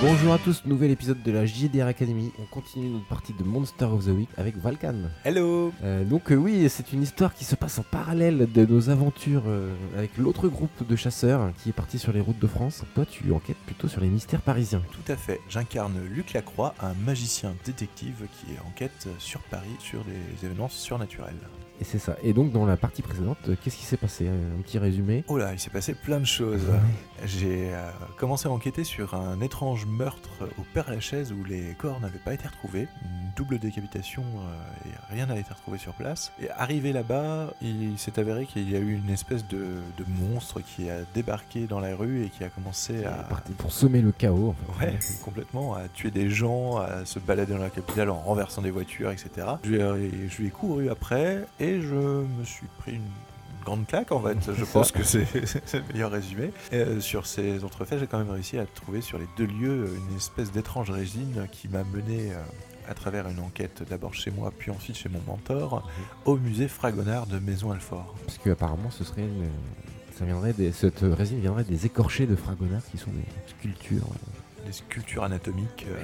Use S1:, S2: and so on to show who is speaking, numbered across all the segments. S1: Bonjour à tous, nouvel épisode de la JDR Academy. On continue notre partie de Monster of the Week avec Valkan.
S2: Hello
S1: Euh, donc euh, oui, c'est une histoire qui se passe en parallèle de nos aventures euh, avec l'autre groupe de chasseurs qui est parti sur les routes de France. Toi, tu enquêtes plutôt sur les mystères parisiens.
S2: Tout à fait, j'incarne Luc Lacroix, un magicien détective qui enquête sur Paris sur des événements surnaturels.
S1: Et c'est ça. Et donc dans la partie précédente, euh, qu'est-ce qui s'est passé Euh, Un petit résumé. Euh,
S2: Oh là, il s'est passé plein de choses. J'ai euh, commencé à enquêter sur un étrange meurtre au Père-Lachaise où les corps n'avaient pas été retrouvés. Une double décapitation euh, et rien n'a été retrouvé sur place. Et arrivé là-bas, il s'est avéré qu'il y a eu une espèce de, de monstre qui a débarqué dans la rue et qui a commencé à,
S1: Parti pour semer le chaos. en fait.
S2: Ouais, complètement, à tuer des gens, à se balader dans la capitale en renversant des voitures, etc. Je lui ai, je lui ai couru après et je me suis pris une grande claque en fait, je
S1: Ça.
S2: pense que c'est c'est le meilleur résumé. Euh, sur ces entrefaits, j'ai quand même réussi à trouver sur les deux lieux une espèce d'étrange résine qui m'a mené euh, à travers une enquête d'abord chez moi, puis ensuite chez mon mentor, au musée Fragonard de Maison Alfort.
S1: Parce que apparemment, ce serait une- euh, ça viendrait des- cette résine viendrait des écorchés de Fragonard qui sont des sculptures euh,
S2: Des sculptures anatomiques. euh,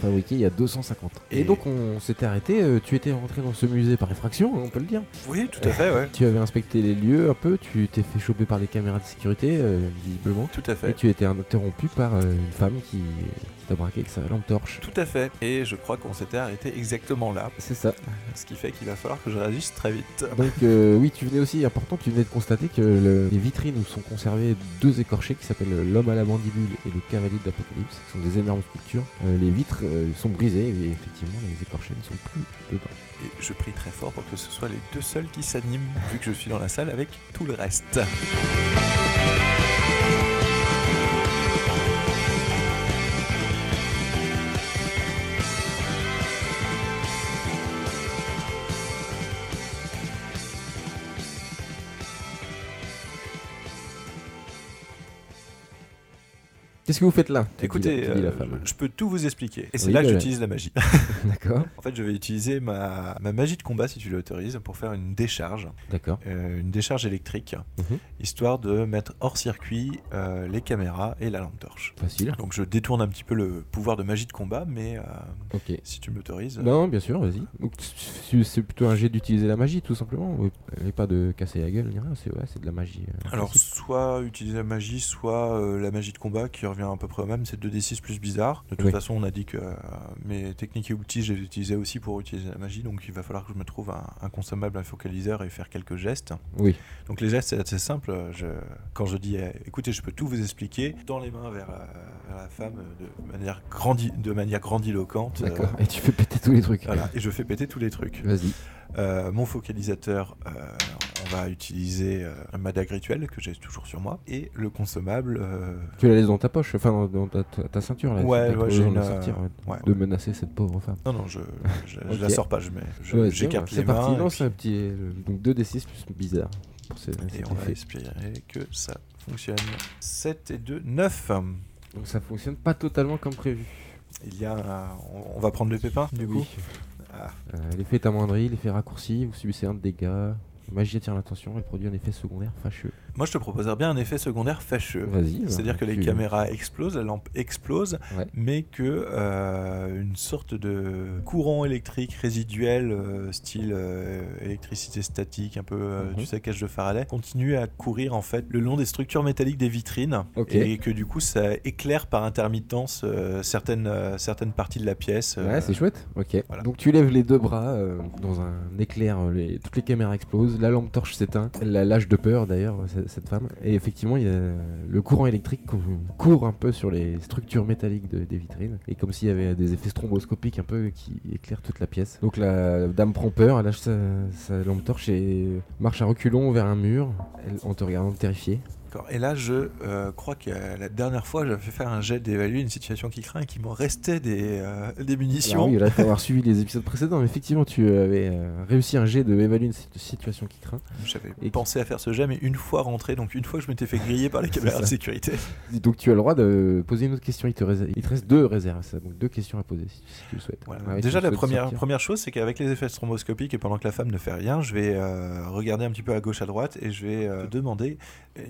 S1: fabriquées il y a 250 ans. Et,
S2: Et-
S1: donc on s'était arrêté. euh, tu étais rentré dans ce musée par effraction, on peut le dire.
S2: Oui, tout à fait, ouais.
S1: Tu avais inspecté les lieux un peu. Tu t'es fait choper par les caméras de sécurité, euh, visiblement.
S2: Tout à fait.
S1: Et tu étais interrompu par euh, une femme qui, qui t'a braqué avec sa lampe torche.
S2: Tout à fait. Et je crois qu'on s'était arrêté exactement là.
S1: C'est ça.
S2: Ce qui fait qu'il va falloir que je réagisse très vite.
S1: Donc euh, oui, tu venais aussi, important, tu venais de constater que le- les vitrines où sont conservés deux écorchés qui s'appellent l'homme à la mandibule et le cavalier de l'Apocalypse, qui sont des énormes sculptures, euh, les vitres euh, sont brisées et effectivement les écorchés ne sont plus dedans.
S2: Et je prie très fort pour que ce soit les deux seuls qui s'animent, vu que je suis dans la salle avec tout le reste.
S1: Qu'est-ce que vous faites là Te dit
S2: Écoutez,
S1: la- te dit la
S2: euh,
S1: femme.
S2: je peux tout vous expliquer. Et c'est
S1: Oui,
S2: là que
S1: voilà.
S2: j'utilise la magie.
S1: D'accord,
S2: en fait, je vais utiliser ma, ma magie de combat, si tu l'autorises, pour faire une décharge.
S1: d'accord.
S2: euh, une décharge électrique,
S1: Mhm.
S2: histoire de mettre hors circuit euh, les caméras et la lampe torche.
S1: Facile.
S2: Donc je détourne un petit peu le pouvoir de magie de combat, mais euh,
S1: Ok.
S2: si tu m'autorises... euh,
S1: Non, bien sûr, vas-y. Donc, c'est- C'est plutôt un jet d'utiliser la magie, tout simplement. Et pas de casser la gueule, ni rien. C'est ouais, c'est de la magie. euh,
S2: Alors,
S1: classique.
S2: soit utiliser la magie, soit euh, la magie de combat qui revient à peu près au même, c'est 2d6 plus bizarre. De toute
S1: Oui.
S2: façon, on a dit que euh, mes techniques et outils, je les utilisais aussi pour utiliser la magie, donc il va falloir que je me trouve un, un consommable, un focaliseur et faire quelques gestes.
S1: Oui.
S2: Donc, les gestes, c'est assez simple. Je, quand je dis euh, écoutez, je peux tout vous expliquer, dans les mains vers la, vers la femme euh, de manière, grandi, de manière grandiloquente. euh,
S1: D'accord. Et tu fais péter tous les trucs.
S2: voilà, et je fais péter tous les trucs.
S1: Vas-y.
S2: Euh, mon focalisateur, euh, on va utiliser euh, ma dague rituelle que j'ai toujours sur moi et le consommable. euh,
S1: Tu la laisses dans ta poche, enfin dans, dans ta, ta- ta ceinture là.
S2: Ouais,
S1: t'as pas
S2: ouais,
S1: besoin
S2: j'ai
S1: de la
S2: une, euh,
S1: sortir, ouais,
S2: ouais.
S1: de menacer cette pauvre femme.
S2: Non, non, je, je, je la
S1: Ok.
S2: sors pas, je mets, je-
S1: Ouais,
S2: j'écarte
S1: c'est
S2: les
S1: bon, C'est
S2: mains.
S1: parti,
S2: et
S1: lance
S2: puis-
S1: un petit. euh, Donc 2d6 plus bizarre. Pour ces,
S2: et
S1: cet
S2: on va
S1: effet.
S2: espérer que ça fonctionne. 7 et 2, 9.
S1: Donc ça fonctionne pas totalement comme prévu.
S2: Il y a, un- on, on va prendre le pépin du coup. Ah,
S1: Euh, l'effet est amoindri, l'effet raccourci, vous subissez un dégât. Magie attire l'attention, elle produit un effet secondaire fâcheux.
S2: Moi, je te proposerais bien un effet secondaire fâcheux.
S1: Vas-y.
S2: Euh,
S1: bah,
S2: C'est-à-dire que les
S1: tu-
S2: caméras explosent, la lampe explose,
S1: Ah, Ouais.
S2: mais que euh, une sorte de courant électrique résiduel, euh, style euh, électricité statique, un peu euh,
S1: Mhm.
S2: du saccage de Faraday, continue à courir en fait le long des structures métalliques des vitrines,
S1: Ok.
S2: et que du coup ça éclaire par intermittence euh, certaines euh, certaines parties de la pièce. euh,
S1: Ouais, c'est chouette. Ok.
S2: voilà.
S1: Donc tu lèves les deux bras euh, dans un éclair, euh, les- toutes les caméras explosent, la lampe torche s'éteint, elle la lâche de peur d'ailleurs, ce- cette femme. Et effectivement, il y a le courant électrique cou- court un peu sur les structures métalliques de- des vitrines, et comme s'il y avait des effets stromboscopiques un peu qui éclairent toute la pièce. Donc la dame prend peur, elle lâche sa, sa lampe torche et marche à reculons vers un mur, elle- en te regardant terrifiée.
S2: D'accord. Et là, je euh, crois que euh, la dernière fois, j'avais fait faire un jet d'évaluer une situation qui craint et qu'il m'en restait des, euh, des munitions.
S1: Alors oui, là, il faut avoir suivi les épisodes précédents, mais effectivement, tu avais euh, réussi un jet de évaluer une sit- situation qui craint.
S2: J'avais
S1: Et-
S2: pensé à faire ce jet, mais une fois rentré, donc une fois que je m'étais fait griller par les
S1: C'est
S2: caméras de
S1: ça.
S2: sécurité.
S1: Dis Donc tu as le droit de poser une autre question. Il te, rés- il te reste deux réserves, ça. Donc deux questions à poser si, si tu le souhaites.
S2: Voilà.
S1: Ouais, si
S2: Déjà,
S1: tu
S2: la
S1: souhaites
S2: première,
S1: sortir.
S2: première chose, c'est qu'avec les effets stromboscopiques et pendant que la femme ne fait rien, je vais euh, regarder un petit peu à gauche, à droite et je vais euh, demander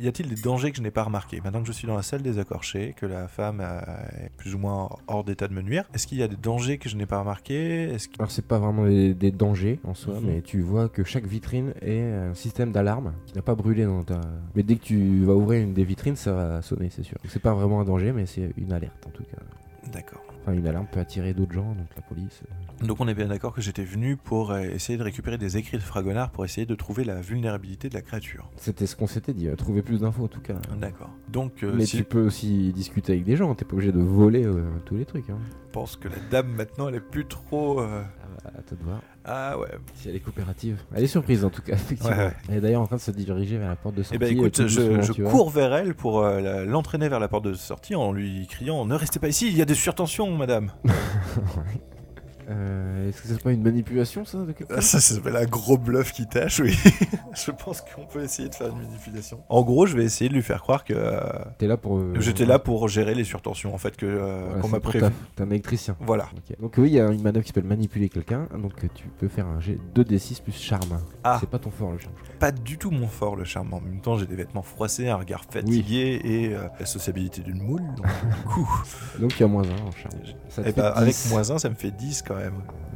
S2: y a-t-il des dangers que je n'ai pas remarqués Maintenant que je suis dans la salle des accorchés, que la femme euh, est plus ou moins hors d'état de me nuire, est-ce qu'il y a des dangers que je n'ai pas remarqués Est-ce qu'il-
S1: Alors c'est pas vraiment des, des dangers en soi,
S2: Mhm.
S1: mais tu vois que chaque vitrine est un système d'alarme qui n'a pas brûlé dans ta... Mais dès que tu vas ouvrir une des vitrines, ça va sonner, c'est sûr. Donc C'est pas vraiment un danger, mais c'est une alerte en tout cas.
S2: D'accord.
S1: Enfin, une alarme peut attirer d'autres gens, donc la police. euh.
S2: Donc on est bien d'accord que j'étais venu pour euh, essayer de récupérer des écrits de Fragonard pour essayer de trouver la vulnérabilité de la créature.
S1: C'était ce qu'on s'était dit, euh, trouver plus d'infos en tout cas.
S2: D'accord. Donc euh,
S1: Mais
S2: si
S1: tu peux aussi discuter avec des gens, t'es pas obligé de voler euh, tous les trucs. Hein.
S2: je pense que la dame maintenant elle est plus trop... euh,
S1: À toi de voir.
S2: Ah ouais.
S1: Si elle est coopérative. Elle est surprise en tout cas, effectivement.
S2: Ouais, ouais.
S1: Elle est d'ailleurs en train de se diriger vers la porte de sortie.
S2: Eh ben
S1: euh,
S2: écoute,
S1: tout
S2: je,
S1: doucement,
S2: je
S1: tu vois.
S2: cours vers elle pour euh, la- l'entraîner vers la porte de sortie en lui criant Ne restez pas ici, il y a des surtensions, madame
S1: Euh, Est-ce que c'est pas une manipulation ça de quelque
S2: Ah, Ça, ça s'appelle un gros bluff qui tâche, oui. je pense qu'on peut essayer de faire une manipulation. En gros, je vais essayer de lui faire croire que euh,
S1: T'es là pour. euh,
S2: j'étais là pour gérer les surtensions, en fait, que euh,
S1: voilà,
S2: qu'on
S1: c'est
S2: m'a
S1: pour
S2: prévu.
S1: taf. T'es un électricien.
S2: Voilà.
S1: Ok. Donc oui, il y a une manœuvre qui s'appelle manipuler quelqu'un. Donc euh, tu peux faire un jet 2d6 plus charme.
S2: Ah.
S1: C'est pas ton fort le charme.
S2: Pas du tout mon fort, le charme. En même temps, j'ai des vêtements froissés, un regard fatigué et euh, la sociabilité d'une moule. Donc, du coup,
S1: Donc tu as moins 1 en charme. Ça te
S2: eh
S1: fait
S2: ben, avec
S1: 10.
S2: moins 1, ça me fait 10 quand même.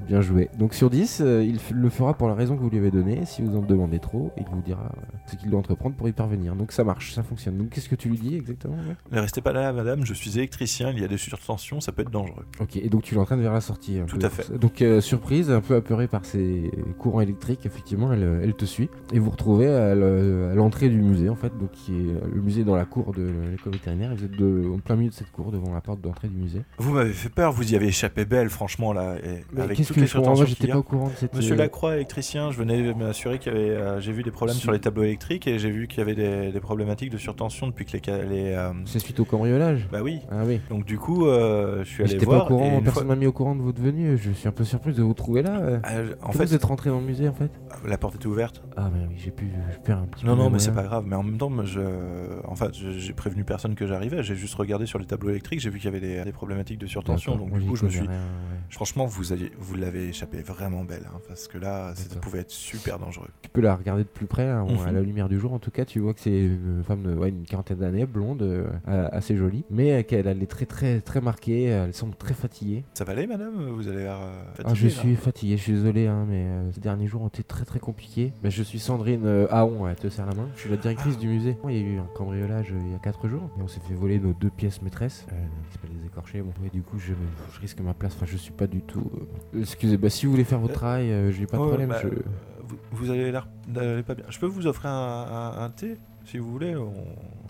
S1: Bien joué. Donc sur 10, euh, il f- le fera pour la raison que vous lui avez donnée. Si vous en demandez trop, il vous dira euh, ce qu'il doit entreprendre pour y parvenir. Donc ça marche, ça fonctionne. Donc qu'est-ce que tu lui dis exactement ouais
S2: Ne restez pas là, madame, je suis électricien, il y a des surtensions, ça peut être dangereux.
S1: Ok, et donc tu l'entraînes vers la sortie. un
S2: Tout
S1: peu.
S2: à fait.
S1: Donc euh, surprise, un peu apeurée par ces courants électriques, effectivement, elle, euh, elle te suit. Et vous vous retrouvez à le- à l'entrée du musée, en fait, donc qui est euh, le musée dans la cour de l'école vétérinaire. Et Vous êtes de- en plein milieu de cette cour, devant la porte d'entrée du musée.
S2: Vous m'avez fait peur, vous y avez échappé belle, franchement, là. Et
S1: Mais
S2: avec
S1: Qu'est-ce
S2: toutes
S1: que
S2: les
S1: je comprends
S2: surtensions
S1: Moi,
S2: qu'il
S1: j'étais
S2: y
S1: pas
S2: a.
S1: au courant de cette.
S2: Monsieur
S1: euh,
S2: Lacroix, électricien, je venais m'assurer qu'il y avait. euh, j'ai vu des problèmes
S1: Si.
S2: sur les tableaux électriques et j'ai vu qu'il y avait des, des problématiques de surtension depuis que les. ca- les, euh,
S1: C'est suite au cambriolage
S2: Bah oui.
S1: Ah oui.
S2: Donc du coup, euh, je
S1: Mais
S2: suis allé
S1: J'étais pas
S2: voir.
S1: au
S2: et
S1: courant,
S2: une fois-
S1: personne m'a mis au courant de votre venue. Je suis un peu surprise de vous trouver là. euh.
S2: Ah, je- en
S1: Comment vous
S2: fait,
S1: êtes rentré dans le musée en fait
S2: la porte était ouverte.
S1: Ah mais oui, j'ai pu je perds un petit
S2: Non,
S1: peu.
S2: non,
S1: mes
S2: mais c'est
S1: moyens.
S2: pas grave. Mais en même temps, moi, je... en fait, je- j'ai prévenu personne que j'arrivais. J'ai juste regardé sur les tableaux électriques. J'ai vu qu'il y avait des, des problématiques de surtension.
S1: D'accord,
S2: Donc
S1: moi,
S2: du
S1: j'y
S2: coup, je me
S1: connais
S2: suis.
S1: rien, ouais.
S2: Franchement, vous aviez- vous l'avez échappé vraiment belle, hein, parce que là, ça
S1: D'accord.
S2: pouvait être super dangereux.
S1: Tu peux la regarder de plus près, hein, bon,
S2: Mhm.
S1: à la lumière du jour en tout cas, tu vois que c'est une femme de ouais, une quarantaine d'années, blonde, euh, euh, assez jolie, mais euh, qu'elle elle est très très très marquée, euh, elle semble très fatiguée.
S2: Ça va aller, madame Vous allez l'air euh, fatiguée.
S1: ah je
S2: là.
S1: suis fatigué, je suis désolé, hein, mais euh, ces derniers jours ont été très très compliqués. Mais je suis Sandrine euh, Aon, elle te serre la main, je suis la directrice du musée. Il y a eu un cambriolage euh, il y a 4 jours, et on s'est fait voler nos deux pièces maîtresses, euh, qui s'appellent les écorchés, bon, et du coup je, je risque ma place, enfin je suis pas du tout... euh, Excusez, bah si vous voulez faire votre travail, euh, j'ai pas de
S2: Ouais,
S1: problème,
S2: bah,
S1: je...
S2: euh, Vous, vous avez l'air d'aller pas bien. Je peux vous offrir un, un- un thé si vous voulez, on,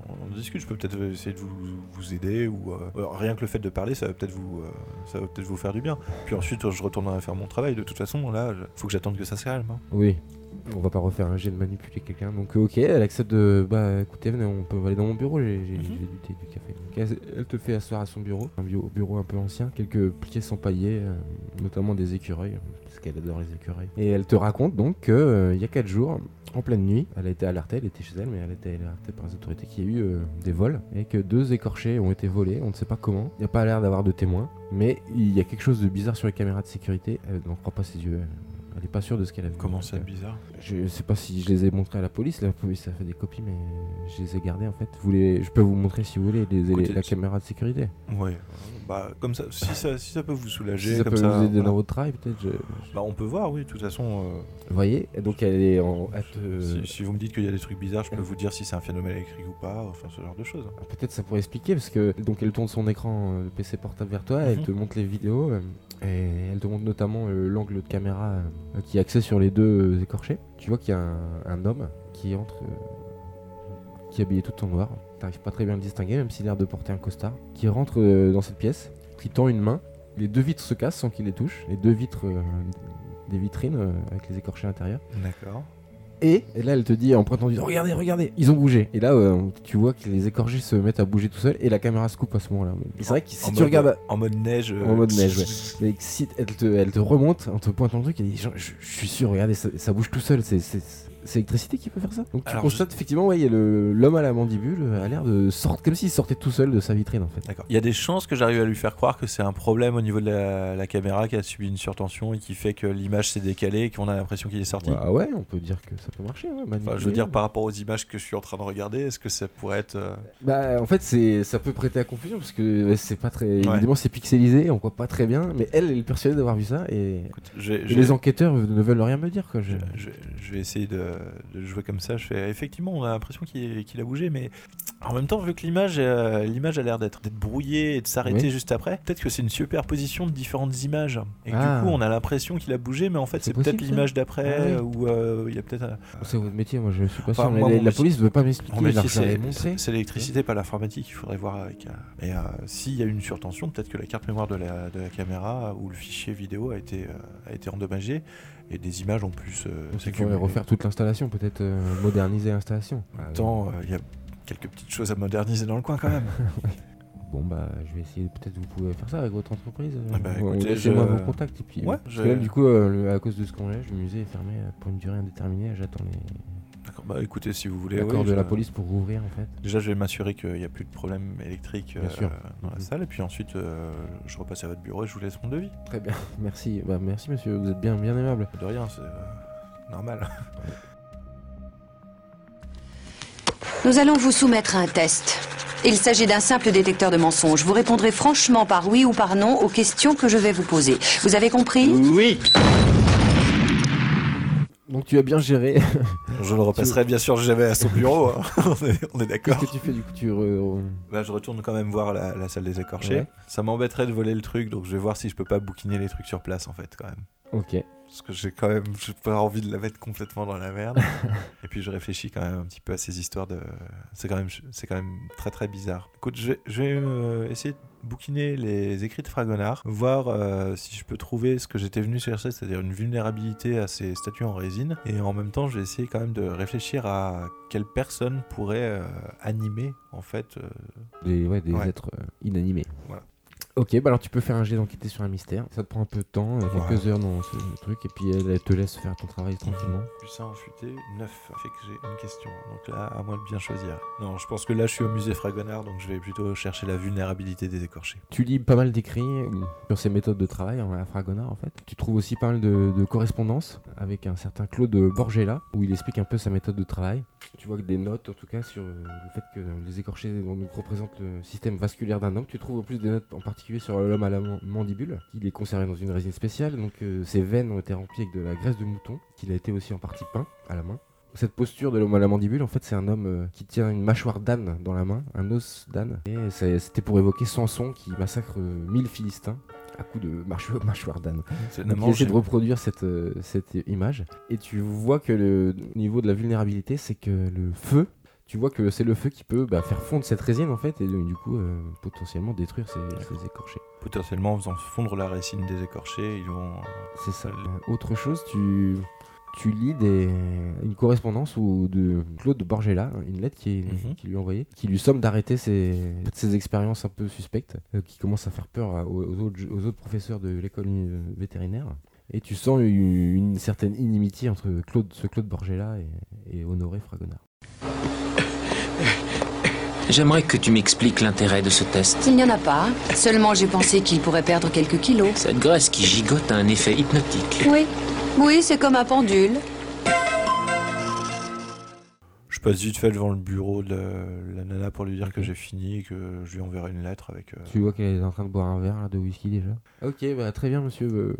S2: on discute. Je peux peut-être essayer de vous, vous aider ou euh, alors, rien que le fait de parler, ça va peut-être vous, euh, ça va peut-être vous faire du bien. Puis ensuite, je retournerai faire mon travail. De toute façon, là, je- faut que j'attende que ça se calme. hein.
S1: Oui. On va pas refaire un jet de manipuler quelqu'un. Donc euh, ok, elle accepte de... Bah écoutez, venez, on peut aller dans mon bureau, j'ai j'ai-
S2: Mhm.
S1: j'ai du thé, du café. Donc, elle, elle te fait asseoir à son bureau, un bio- bureau un peu ancien, quelques pièces empaillées, euh, notamment des écureuils, parce qu'elle adore les écureuils. Et elle te raconte donc qu'il y a 4 jours, en pleine nuit, elle a été alertée, elle était chez elle, mais elle a été alertée par les autorités qu'il y a eu euh, des vols, et que deux écorchés ont été volés, on ne sait pas comment. Il n'y a pas l'air d'avoir de témoins, mais il y a quelque chose de bizarre sur les caméras de sécurité. Elle n'en croit pas ses yeux, elle, elle est pas sûre de ce qu'elle a vu.
S2: Comment
S1: Donc,
S2: ça,
S1: euh,
S2: bizarre
S1: je sais pas si je les ai montrés à la police, la police a fait des copies, mais je les ai gardés en fait. Vous les- Je peux vous montrer si vous voulez les- les-
S2: Écoutez,
S1: la
S2: si-
S1: caméra de sécurité.
S2: Ouais. euh, Bah comme ça, si ça, si ça peut vous soulager,
S1: Si ça
S2: comme
S1: peut
S2: ça.
S1: vous aider
S2: voilà.
S1: dans votre travail, peut-être. je- je-
S2: Bah on peut voir, oui. De toute façon. euh,
S1: Vous voyez Et Donc elle est en. euh, elle te-
S2: Si, si vous me dites qu'il y a des trucs bizarres, je peux vous dire si c'est un phénomène électrique ou pas, enfin ce genre de choses. hein.
S1: Peut-être ça pourrait expliquer parce que donc elle tourne son écran euh, PC portable vers toi, elle
S2: Mhm.
S1: te montre les vidéos euh, et elle te montre notamment euh, l'angle de caméra euh, qui est axé sur les deux euh, écorchés. Tu vois qu'il y a un, un homme qui entre, euh, qui est habillé tout en noir. T'arrives pas très bien à le distinguer même s'il a l'air de porter un costard. Qui rentre euh, dans cette pièce, qui tend une main. Les deux vitres se cassent sans qu'il les touche. Les deux vitres euh, des vitrines euh, avec les écorchés à l'intérieur.
S2: D'accord.
S1: Et, et là, elle te dit en pointant du doigt, regardez, regardez, ils ont bougé. Et là, euh, tu vois que les écorchés se mettent à bouger tout seuls et la caméra se coupe à ce moment-là. Mais C'est vrai que si
S2: Oh, En
S1: tu
S2: mode-
S1: regardes,
S2: en mode neige. euh,
S1: En mode neige, ouais. mais si elle te, elle te remonte en te pointant le truc, elle dit, je, je- je suis sûr, regardez, ça, ça bouge tout seul, c'est- c'est- c'est l'électricité qui peut faire ça. Donc tu
S2: Alors,
S1: constates effectivement, ouais, il y a le- l'homme à la mandibule a l'air de sortir comme s'il sortait tout seul de sa vitrine en fait.
S2: D'accord. Il y a des chances que j'arrive à lui faire croire que c'est un problème au niveau de la, la caméra qui a subi une surtension et qui fait que l'image s'est décalée et qu'on a l'impression qu'il est sorti.
S1: Bah ouais, on peut dire que ça peut marcher. hein, ouais,
S2: Enfin, je veux
S1: manipuler.
S2: dire, par rapport aux images que je suis en train de regarder, est-ce que ça pourrait être. euh,
S1: Bah, en fait, c'est ça peut prêter à confusion parce que euh, c'est pas très. Évidemment, c'est pixelisé, on voit pas très bien, mais elle, elle est persuadée d'avoir vu ça et.
S2: écoute, j'ai-
S1: et
S2: j'ai-
S1: les enquêteurs ne veulent rien me dire. Quoi. Je-
S2: Je, je vais essayer de, de jouer comme ça. Je fais effectivement, on a l'impression qu'il qu'il a bougé, mais en même temps, vu que l'image, euh, l'image a l'air d'être d'être brouillée et de s'arrêter
S1: Oui.
S2: juste après, peut-être que c'est une superposition de différentes images et que
S1: Ah.
S2: du coup, on a l'impression qu'il a bougé, mais en fait,
S1: C'est
S2: c'est peut-être
S1: possible, ça.
S2: l'image d'après
S1: Ah oui.
S2: ou euh, il y a peut-être. un-
S1: C'est votre métier, moi je suis pas
S2: Enfin,
S1: sûr. mais
S2: moi,
S1: la,
S2: mon
S1: la
S2: métier-
S1: police veut pas
S2: Mon
S1: m'expliquer,
S2: métier,
S1: alors je leur ai
S2: c'est-
S1: montré.
S2: c'est c'est l'électricité, pas l'informatique. Il faudrait voir avec. euh, Et euh, s'il y a une surtension, peut-être que la carte mémoire de la, de la caméra ou le fichier vidéo a été, euh, a été endommagé et des images en plus. euh,
S1: Donc, il faudrait
S2: s'accumulent.
S1: refaire toute l'installation, peut-être euh, moderniser l'installation.
S2: En même temps, il euh, y a quelques petites choses à moderniser dans le coin quand même.
S1: Bon bah je vais essayer peut-être vous pouvez faire ça avec votre entreprise.
S2: Ah bah,
S1: Ou- ou
S2: écoutez,
S1: Laissez-moi
S2: je-
S1: vos contacts et puis.
S2: Ouais,
S1: parce
S2: je-
S1: que là, du coup euh, le- à cause de ce qu'on a, le musée est fermé euh, pour une durée indéterminée. J'attends les...
S2: D'accord, bah écoutez, si vous voulez.
S1: l'accord
S2: oui,
S1: de
S2: je-
S1: la police pour rouvrir en fait.
S2: Déjà, je vais m'assurer qu'il n'y a plus de problème électrique euh,
S1: Bien sûr.
S2: dans la
S1: Mhm.
S2: salle. Et puis ensuite, euh, je repasse à votre bureau et je vous laisse mon devis.
S1: Très bien. Merci. Bah merci monsieur. Vous êtes bien bien aimable.
S2: De rien, c'est euh, normal.
S3: Nous allons vous soumettre à un test. Il s'agit d'un simple détecteur de mensonges. Vous répondrez franchement par oui ou par non aux questions que je vais vous poser. Vous avez compris
S4: Oui.
S1: Donc tu as bien géré.
S2: Je le repasserai bien sûr jamais à son bureau. hein. on est, on
S1: Qu'est-ce
S2: est d'accord.
S1: que tu fais du coup tu re- re-
S2: Bah, je retourne quand même voir la, la salle des écorchés.
S1: Ouais.
S2: Ça m'embêterait de voler le truc, donc je vais voir si je peux pas bouquiner les trucs sur place en fait quand même.
S1: Ok.
S2: Parce que j'ai quand même j'ai pas envie de la mettre complètement dans la merde. Et puis je réfléchis quand même un petit peu à ces histoires de. C'est quand même, c'est quand même très très bizarre. Écoute, je vais, je vais, euh, essayer de bouquiner les écrits de Fragonard, voir euh, si je peux trouver ce que j'étais venu chercher, c'est-à-dire une vulnérabilité à ces statues en résine. Et en même temps, je vais essayer quand même de réfléchir à quelle personne pourrait euh, animer en fait. euh,
S1: Des, ouais, des
S2: Ouais.
S1: êtres euh, inanimés.
S2: Voilà.
S1: Ok, bah alors tu peux faire un jet d'enquêter sur un mystère. Ça te prend un peu de temps, euh, quelques heures dans ce truc, et puis elle, elle te laisse faire ton travail tranquillement.
S2: Putain, en futé, 9. Fait que j'ai une question. Donc là, à moi de bien choisir. Non, je pense que là, je suis au musée Fragonard, donc je vais plutôt chercher la vulnérabilité des écorchés.
S1: Tu lis pas mal d'écrits euh, sur ses méthodes de travail en à Fragonard en fait. Tu trouves aussi pas mal de, de correspondances avec un certain Claude Borgella où il explique un peu sa méthode de travail. Tu vois que des notes en tout cas sur euh, le fait que les écorchés on nous représentent le système vasculaire d'un homme. Tu trouves en plus des notes en particulier sur l'homme à la man- mandibule. Il est conservé dans une résine spéciale donc euh, ses veines ont été remplies avec de la graisse de mouton qu'il a été aussi en partie peint à la main. Cette posture de l'homme à la mandibule, en fait, c'est un homme euh, qui tient une mâchoire d'âne dans la main, un os d'âne. Et c'est- c'était pour évoquer Samson qui massacre euh, 1000 Philistins à coups de mâcho- mâchoire d'âne.
S2: C'est
S1: Donc, il essaie de reproduire cette, euh, cette image. Et tu vois que le niveau de la vulnérabilité, c'est que le feu, tu vois que c'est le feu qui peut bah, faire fondre cette résine, en fait, et donc, du coup, euh, potentiellement détruire ces, ces écorchés.
S2: Potentiellement, en faisant fondre la racine des écorchés, ils vont.
S1: C'est ça. Euh, Autre chose, tu, tu lis des, une correspondance où- de Claude Borgella, une lettre qui,
S2: Mhm.
S1: qui lui est envoyée, qui lui somme d'arrêter ses, ses expériences un peu suspectes, euh, qui commencent à faire peur à- aux, aux autres, ju- aux autres professeurs de l'école euh, vétérinaire. Et tu sens une, une certaine inimitié entre Claude, ce Claude Borgella et, et Honoré Fragonard.
S4: J'aimerais que tu m'expliques l'intérêt de ce test.
S3: Il n'y en a pas. Seulement, j'ai pensé qu'il pourrait perdre quelques kilos.
S4: Cette graisse qui gigote a un effet hypnotique.
S3: Oui. Oui, c'est comme un pendule.
S2: Je passe vite fait devant le bureau de la, la nana pour lui dire que j'ai fini et que je lui enverrai une lettre avec. euh,
S1: Tu vois qu'elle est en train de boire un verre là, de whisky déjà. Ok, bah, très bien monsieur. euh,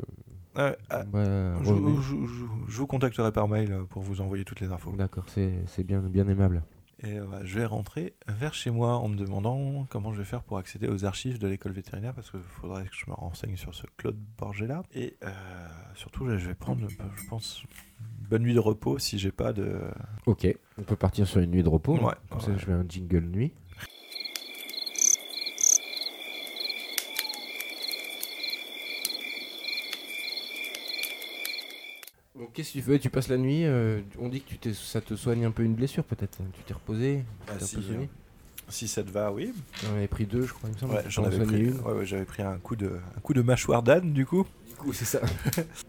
S2: ouais, ah,
S1: bah,
S2: je,
S1: revenez.
S2: je- je- je vous contacterai par mail euh, pour vous envoyer toutes les infos.
S1: D'accord, c'est c'est bien, bien aimable.
S2: Et euh, je vais rentrer vers chez moi en me demandant comment je vais faire pour accéder aux archives de l'école vétérinaire parce qu'il faudrait que je me renseigne sur ce Claude Borgella. Et euh, surtout, là, je vais prendre, je pense, une bonne nuit de repos si j'ai pas de.
S1: Ok, on peut partir sur une nuit de repos. hein.
S2: Ouais,
S1: Comme ça,
S2: ouais.
S1: je mets un jingle nuit. Donc, qu'est-ce que tu fais Tu passes la nuit euh, On dit que tu t'es- ça te soigne un peu une blessure, peut-être. Tu t'es reposé
S2: Ah,
S1: t'es un
S2: si,
S1: peu soigné
S2: hein. Si ça te va, oui.
S1: J'en avais pris deux, je crois, il me semble.
S2: Ouais, j'en
S1: On
S2: avais
S1: en a
S2: pris,
S1: une.
S2: ouais, ouais, j'avais pris un coup de, un coup de mâchoire d'âne, du coup.
S1: Du coup, c'est ça.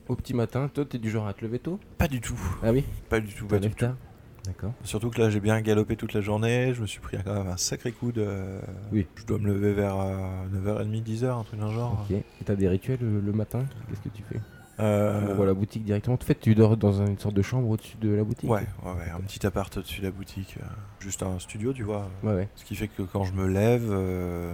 S1: Au petit matin, toi, t'es du genre à te lever tôt
S2: Pas du tout.
S1: Ah oui
S2: Pas du tout,
S1: T'as
S2: pas du tout.
S1: tard D'accord.
S2: Surtout que là, j'ai bien galopé toute la journée. Je me suis pris quand même un sacré coup de.
S1: Oui.
S2: Je dois me lever vers euh, 9h30, 10h, un truc d'un genre.
S1: Ok. Et t'as des rituels euh, le matin Qu'est-ce que tu fais
S2: Euh,
S1: Tu vois la boutique directement. En fait, tu dors dans un- une sorte de chambre au-dessus de la boutique
S2: Ouais, ouais, ouais, un petit appart au-dessus de la boutique. euh, Juste un studio, tu vois.
S1: Ouais, ouais.
S2: Ce qui fait que quand je me lève, euh,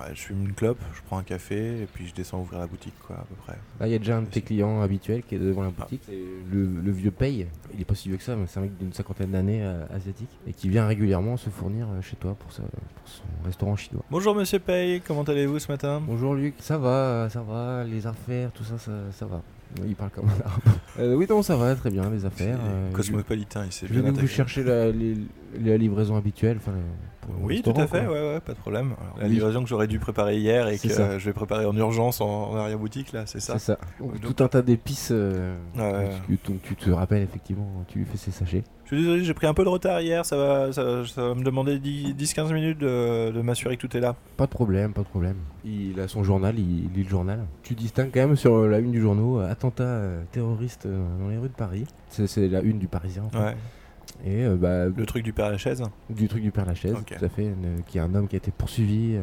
S2: ouais, je fume une clope, je prends un café et puis je descends ouvrir la boutique, quoi, à peu près.
S1: Là, il y a déjà un de tes clients habituels qui est devant la boutique.
S2: Ah.
S1: C'est le, le vieux Paye. Il est pas si vieux que ça, mais c'est un mec d'une cinquantaine d'années euh, asiatique et qui vient régulièrement se fournir euh, chez toi pour, sa- pour son restaurant chinois.
S2: Bonjour Monsieur Paye, comment allez-vous ce matin
S1: Bonjour Luc, ça va, ça va, les affaires, tout ça, ça, ça va. Il parle comme un arabe. Euh, oui, non, ça va, très bien, les
S2: C'est
S1: affaires. euh,
S2: Cosmopolitain, il s'est
S1: je je viens
S2: bien
S1: de vous
S2: attaqué.
S1: chercher la, les- la livraison habituelle. enfin, le- pour le
S2: Oui, tout
S1: restaurant,
S2: à fait,
S1: quoi.
S2: ouais, ouais, pas de problème. Alors, la
S1: Oui.
S2: livraison que j'aurais dû préparer hier et que
S1: C'est ça.
S2: euh, je vais préparer en urgence en, en arrière-boutique, là, c'est ça
S1: C'est ça.
S2: Ouais,
S1: tout un tas d'épices euh,
S2: Ouais, ouais,
S1: que tu, dont tu te rappelles effectivement, tu lui fais ses sachets.
S2: Je suis désolé, j'ai pris un peu de retard hier, ça va, ça, ça va me demander 10 10-15 minutes de, de m'assurer que tout est là.
S1: Pas de problème, pas de problème. Il a son journal, il, lit le journal. Tu distingues quand même sur la une du journal attentat euh, terroriste euh, dans les rues de Paris. C'est c'est la une du Parisien. en fait.
S2: Ouais.
S1: Et euh, bah,
S2: Le truc du père Lachaise
S1: du truc du Père Lachaise,
S2: Ok.
S1: tout à fait, une- qui est un homme qui a été poursuivi, euh,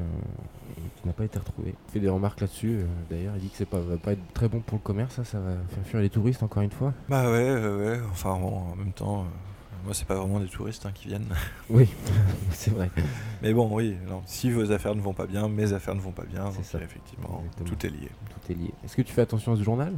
S1: qui n'a pas été retrouvé. Il fait des remarques là-dessus. euh, D'ailleurs, il dit que ça va pas être très bon pour le commerce, ça, ça va faire fuir les touristes encore une fois.
S2: Bah ouais, ouais, ouais, enfin bon, en même temps, euh, moi c'est pas vraiment des touristes hein, qui viennent.
S1: Oui, c'est vrai.
S2: Mais bon, oui, non, si vos affaires ne vont pas bien, mes affaires ne vont pas bien,
S1: C'est
S2: donc
S1: ça.
S2: effectivement,
S1: Exactement.
S2: tout est lié.
S1: Tout est lié. Est-ce que tu fais attention à ce journal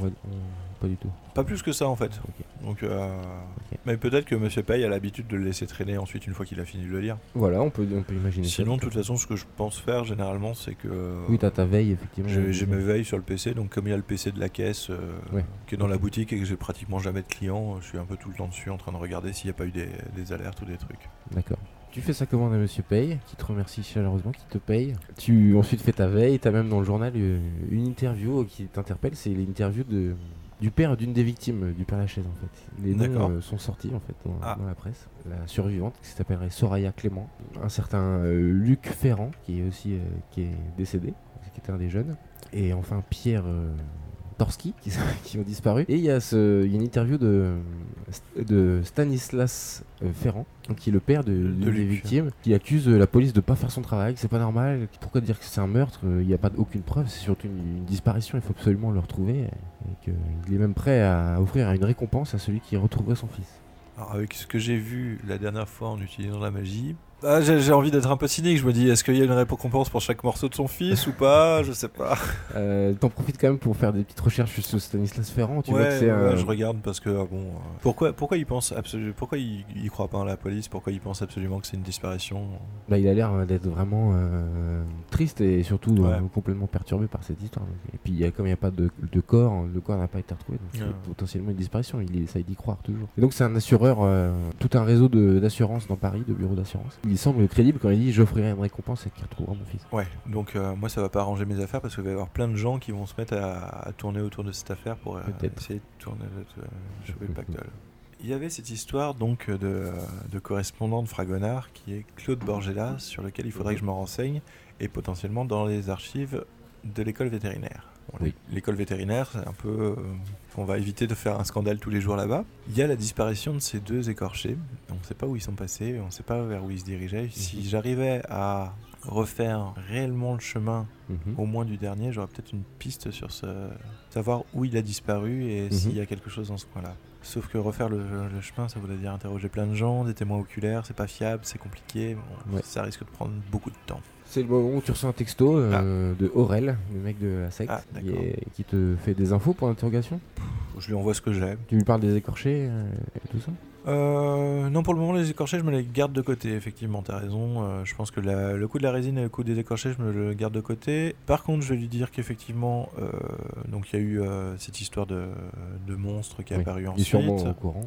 S1: Ouais, euh, Pas du tout.
S2: Pas plus que ça en fait.
S1: Ok.
S2: Donc, euh,
S1: Ok.
S2: mais peut-être que Monsieur Paye a l'habitude de le laisser traîner ensuite une fois qu'il a fini de le lire.
S1: Voilà, on peut, on peut imaginer. ça.
S2: Sinon, de toute façon, ce que je pense faire généralement, c'est que euh,
S1: Oui, t'as ta veille, effectivement.
S2: j'ai j'ai mes veilles sur le PC. Donc, comme il y a le PC de la caisse euh,
S1: Ouais.
S2: qui est dans la boutique et que j'ai pratiquement jamais de clients, euh, je suis un peu tout le temps dessus en train de regarder s'il n'y a pas eu des, des alertes ou des trucs.
S1: D'accord. Tu fais sa commande à Monsieur Paye, qui te remercie chaleureusement, qui te paye. Tu ensuite fais ta veille, t'as même dans le journal euh, une interview euh, qui t'interpelle, c'est l'interview de du père d'une des victimes euh, du père Lachaise en fait. Les noms
S2: D'accord.
S1: euh, sont sortis en fait dans,
S2: Ah.
S1: dans la presse. La survivante qui s'appellerait Soraya Clément, un certain euh, Luc Ferrand qui est aussi euh, qui est décédé, qui était un des jeunes, et enfin Pierre euh, Torski qui, qui ont disparu. Et il y, a ce- il y a une interview de, de Stanislas euh, Ferrand, donc qui est le père de, l'une des
S2: Luc.
S1: victimes, qui accuse euh, la police de pas faire son travail, que c'est pas normal. que- Pourquoi dire que c'est un meurtre euh, Il n'y a pas d- aucune preuve, c'est surtout une, une disparition, il faut absolument le retrouver. Et qu'il est même prêt à offrir une récompense à celui qui retrouverait son fils.
S2: Alors, avec ce que j'ai vu la dernière fois en utilisant la magie. ah, j'ai j'ai envie d'être un peu cynique, je me dis est-ce qu'il y a une récompense pour chaque morceau de son fils ou pas Je sais pas.
S1: Euh, T'en profites quand même pour faire des petites recherches sur Stanislas Ferrand, tu vois que c'est
S2: ouais,
S1: un-
S2: je regarde parce que ah bon. euh, Pourquoi, pourquoi ils pensent absolument, pourquoi ils, ils croient pas à la police Pourquoi ils pensent absolument que c'est une disparition
S1: Bah, il a l'air euh, d'être vraiment euh, triste et surtout euh,
S2: Ouais.
S1: complètement perturbé par cette histoire. donc. Et puis, il y a- comme il n'y a pas de, de corps, le corps n'a pas été retrouvé, donc c'est
S2: Ouais.
S1: potentiellement une disparition. Il essaye d'y croire toujours. Et donc, c'est un assureur, euh, tout un réseau de- d'assurance dans Paris, de bureaux d'assurance. Il semble crédible quand il dit J'offrirai une récompense à qui retrouvera mon fils.
S2: Ouais. Donc euh, moi ça va pas arranger mes affaires parce qu'il va y avoir plein de gens qui vont se mettre à, à tourner autour de cette affaire pour euh,
S1: Peut-être.
S2: essayer de tourner le, de choper le pactole. Il y avait cette histoire donc de, de correspondant de Fragonard qui est Claude Borgella sur lequel il faudrait que je me renseigne et potentiellement dans les archives de l'école vétérinaire. Bon,
S1: Oui.
S2: L'école vétérinaire, c'est un peu. euh, on va éviter de faire un scandale tous les jours là-bas. Il y a la disparition de ces deux écorchés. On ne sait pas où ils sont passés, on ne sait pas vers où ils se dirigeaient. Si j'arrivais à refaire réellement le chemin,
S1: Mhm.
S2: au moins du dernier, j'aurais peut-être une piste sur ce. savoir où il a disparu et s'il y a quelque chose dans ce coin-là. Sauf que refaire le, le chemin, ça voudrait dire interroger plein de gens, des témoins oculaires, c'est pas fiable, c'est compliqué, Bon,
S1: Ouais.
S2: ça risque de prendre beaucoup de temps.
S1: C'est le moment où tu reçois un texto euh, de Aurel, le mec de la secte,
S2: Ah,
S1: qui,
S2: d'accord.
S1: est- qui te fait des infos pour l'interrogation.
S2: Je lui envoie ce que j'ai.
S1: Tu lui parles des écorchés euh, et tout ça
S2: Euh, non, pour le moment, les écorchés, je me les garde de côté, effectivement, t'as raison. Euh, je pense que la- le coup de la résine et le coup des écorchés, je me le garde de côté. Par contre, je vais lui dire qu'effectivement, euh, donc il y a eu euh, cette histoire de, de monstre qui est
S1: Oui.
S2: apparue
S1: Il est
S2: ensuite.
S1: sûrement au courant.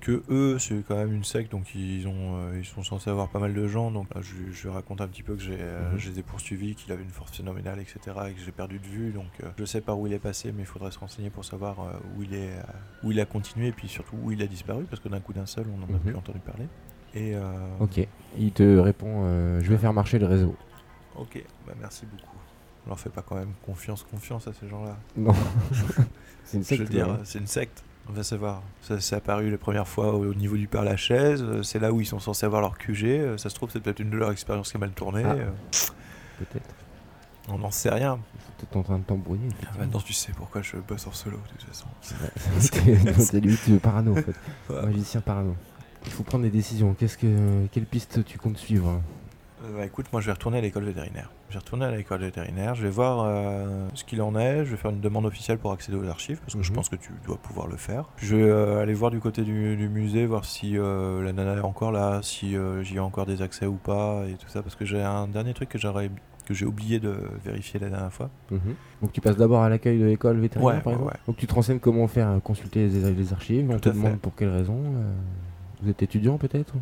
S2: Que eux, c'est quand même une secte, donc ils, ont, euh, ils sont censés avoir pas mal de gens. Donc là, je, lui- je lui raconte un petit peu que j'ai, euh,
S1: Mhm.
S2: je les ai poursuivis, qu'il avait une force phénoménale, etc., et que j'ai perdu de vue. Donc euh, je sais par où il est passé, mais il faudrait se renseigner pour savoir euh, où, il est, euh, où il a continué, et puis surtout où il a disparu, parce que d'un coup d'un seul, on n'en a
S1: Mhm.
S2: plus entendu parler. Et euh,
S1: Ok. Il te répond euh, Je vais faire marcher le réseau.
S2: ok, bah merci beaucoup. On leur fait pas quand même confiance, confiance à ces gens-là.
S1: Non. C'est une
S2: Je
S1: secte. hein,
S2: veux dire,
S1: quoi.
S2: c'est une secte. On va savoir. Ça c'est apparu les premières fois au au niveau du Père Lachaise. euh, C'est là où ils sont censés avoir leur QG. euh, Ça se trouve, c'est peut-être une de leurs expériences qui a mal tourné.
S1: Ah.
S2: euh,
S1: Peut-être.
S2: On n'en sait rien.
S1: T'es peut-être en train de t'embrouiller.
S2: Ah,
S1: effectivement.
S2: Maintenant, tu sais pourquoi je bosse en solo, de toute façon.
S1: C'est- C'est lui qui est parano en fait.
S2: Ouais.
S1: Magicien parano. Il faut prendre des décisions. Qu'est-ce que quelle piste tu comptes suivre hein
S2: Euh, bah, écoute, moi, je vais retourner à l'école vétérinaire. Je vais retourner à l'école vétérinaire. Je vais voir euh, ce qu'il en est. Je vais faire une demande officielle pour accéder aux archives, parce que je
S1: Mhm.
S2: pense que tu dois pouvoir le faire. Je vais euh, aller voir du côté du, du musée, voir si euh, la nana est encore là, si euh, j'y ai encore des accès ou pas, et tout ça, parce que j'ai un dernier truc que j'aurais que j'ai oublié de vérifier la dernière fois.
S1: Donc tu passes d'abord à l'accueil de l'école vétérinaire
S2: Mhm. Ouais,
S1: par
S2: ouais,
S1: exemple. Donc tu te renseignes comment faire euh, consulter les, les archives. On
S2: Tout
S1: te
S2: à fait.
S1: demande pour quelle raison. euh, vous êtes étudiant peut-être